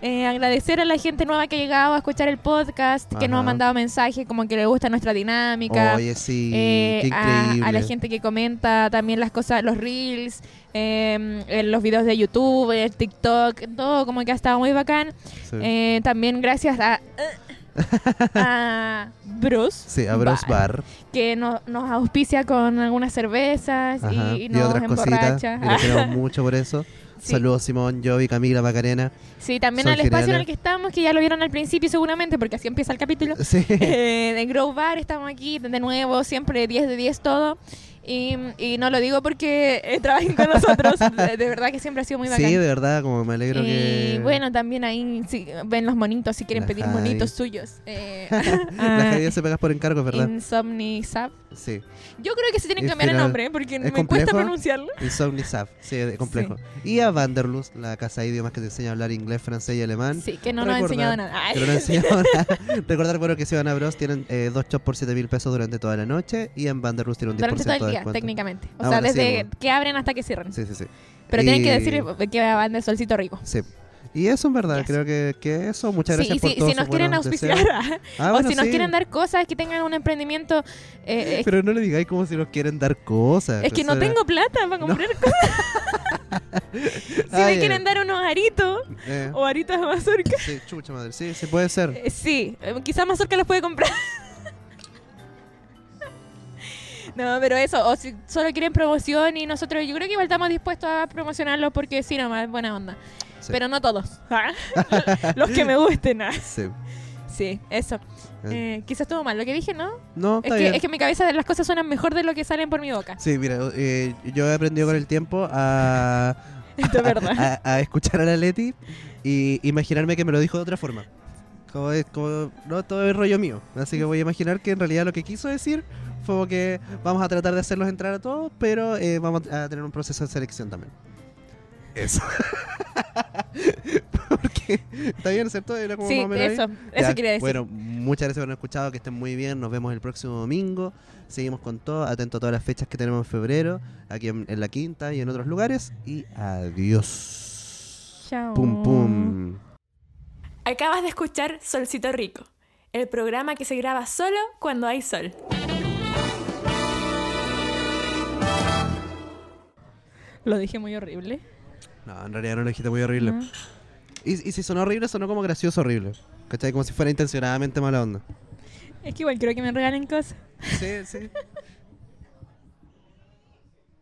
Speaker 2: Eh, agradecer a la gente nueva que ha llegado a escuchar el podcast, que nos
Speaker 1: Ajá.
Speaker 2: ha mandado mensajes, como que le gusta nuestra dinámica.
Speaker 1: oye, sí,
Speaker 2: Eh,
Speaker 1: qué
Speaker 2: a,
Speaker 1: increíble.
Speaker 2: a la gente que comenta también las cosas, los reels, eh, eh, los videos de YouTube, el TikTok, todo como que ha estado muy bacán.
Speaker 1: Sí.
Speaker 2: Eh, también
Speaker 1: *laughs*
Speaker 2: gracias a, a Bros.
Speaker 1: Sí, a Bros Bar.
Speaker 2: Que no- nos auspicia con algunas cervezas
Speaker 1: Ajá.
Speaker 2: y,
Speaker 1: Y,
Speaker 2: nos
Speaker 1: otras cositas.
Speaker 2: emborracha. Ah,
Speaker 1: Y lo *laughs*
Speaker 2: *laughs*
Speaker 1: queremos mucho por eso.
Speaker 2: Sí.
Speaker 1: Saludos, Simón, Jovi, Camila, Macarena.
Speaker 2: Sí, también
Speaker 1: Son
Speaker 2: al espacio en
Speaker 1: geniales.
Speaker 2: el que estamos, que ya lo vieron al principio seguramente, porque así empieza el capítulo.
Speaker 1: Sí.
Speaker 2: *laughs* eh, de Grow Bar, estamos aquí de nuevo, siempre 10 de 10 todo. Y, y no lo digo porque eh, trabajen con
Speaker 1: *laughs*
Speaker 2: nosotros, de, de verdad que siempre ha sido muy bacán.
Speaker 1: Sí, de verdad, como me alegro
Speaker 2: y
Speaker 1: que.
Speaker 2: bueno, también ahí si ven los monitos, si quieren
Speaker 1: La
Speaker 2: pedir
Speaker 1: Javi.
Speaker 2: monitos suyos.
Speaker 1: *laughs*
Speaker 2: Eh, *laughs*
Speaker 1: Las caídas se pegas por encargo, ¿verdad?
Speaker 2: Insomnisap.
Speaker 1: Sí.
Speaker 2: Yo creo que se tienen
Speaker 1: Es
Speaker 2: que cambiar el
Speaker 1: final-
Speaker 2: nombre, porque
Speaker 1: ¿es
Speaker 2: me
Speaker 1: complejo?
Speaker 2: cuesta pronunciarlo.
Speaker 1: Insomnisab, sí, de complejo. Y a Vanderlust, la casa de idiomas que te enseña a hablar inglés, francés y alemán.
Speaker 2: Sí, que no nos ha enseñado
Speaker 1: Recordar-
Speaker 2: nada.
Speaker 1: que no nos enseñó nada. Recordar, bueno, que Ciudadana Bros tienen eh, dos shops por 7 mil pesos durante toda la noche y en Vanderlust tienen un 10%
Speaker 2: *laughs* Durante todo el
Speaker 1: de
Speaker 2: día,
Speaker 1: descuento.
Speaker 2: técnicamente. O
Speaker 1: Ah,
Speaker 2: sea,
Speaker 1: bueno, sí,
Speaker 2: desde
Speaker 1: bueno.
Speaker 2: que abren hasta que cierran.
Speaker 1: Sí, sí, sí.
Speaker 2: Pero tienen que
Speaker 1: Y-
Speaker 2: decir que van del solcito rico.
Speaker 1: Sí. Y eso en verdad,
Speaker 2: Yes.
Speaker 1: creo que, que eso. Muchas
Speaker 2: Sí,
Speaker 1: gracias
Speaker 2: y
Speaker 1: por
Speaker 2: si,
Speaker 1: todo
Speaker 2: si nos quieren auspiciar,
Speaker 1: Ah,
Speaker 2: *laughs* o
Speaker 1: bueno,
Speaker 2: si nos
Speaker 1: sí.
Speaker 2: quieren dar cosas, que tengan un emprendimiento. eh, es-
Speaker 1: *laughs* Pero no le digáis como si nos quieren dar cosas.
Speaker 2: es que no
Speaker 1: Eso era-
Speaker 2: tengo plata
Speaker 1: *laughs*
Speaker 2: para comprar cosas. si
Speaker 1: Ah,
Speaker 2: me
Speaker 1: ya.
Speaker 2: quieren dar unos aritos
Speaker 1: Eh,
Speaker 2: o aritas de mazorca,
Speaker 1: sí, chucha madre. Sí, sí puede ser.
Speaker 2: eh, sí, eh, quizás mazorca los puede comprar. *laughs* No, pero eso, o si solo quieren promoción y nosotros, yo creo que igual estamos dispuestos a promocionarlo porque sí, nomás, buena onda.
Speaker 1: Sí.
Speaker 2: Pero no todos, ¿ah? *laughs* los que me
Speaker 1: *laughs*
Speaker 2: gusten. ah.
Speaker 1: Sí.
Speaker 2: Sí, eso.
Speaker 1: Eh,
Speaker 2: Eh, quizás estuvo mal lo que dije, ¿no?
Speaker 1: no,
Speaker 2: Es
Speaker 1: está
Speaker 2: que,
Speaker 1: bien.
Speaker 2: es que en mi cabeza las cosas suenan mejor de lo que salen por mi boca. *laughs*
Speaker 1: Sí, mira, eh, yo he aprendido con el tiempo a,
Speaker 2: Esto es verdad.
Speaker 1: *laughs* a, a escuchar a la Leti y imaginarme que me lo dijo de otra forma. Como es, como, no, todo es rollo mío. Así que voy a imaginar que en realidad lo que quiso decir fue como que vamos a tratar de hacerlos entrar a todos, pero eh, vamos a tener un proceso de selección también. Eso. *laughs* Porque, ¿está bien, cierto? Era como
Speaker 2: Sí,
Speaker 1: más o menos ahí.
Speaker 2: eso, eso
Speaker 1: Ya,
Speaker 2: quería decir.
Speaker 1: Bueno, muchas gracias por habernos escuchado, que estén muy bien, nos vemos el próximo domingo, seguimos con todo, atento a todas las fechas que tenemos en febrero, aquí en, en la quinta y en otros lugares, y adiós.
Speaker 2: Chao.
Speaker 1: Pum, pum.
Speaker 4: Acabas de escuchar Solcito Rico, el programa que se graba solo cuando hay sol.
Speaker 2: Lo dije muy horrible.
Speaker 1: No, en realidad no lo dijiste muy horrible.
Speaker 2: No.
Speaker 1: Y, y si sonó horrible, sonó como gracioso horrible. ¿Cachai? Como si fuera intencionadamente mala onda.
Speaker 2: Es que igual creo que me regalen cosas.
Speaker 1: Sí, sí.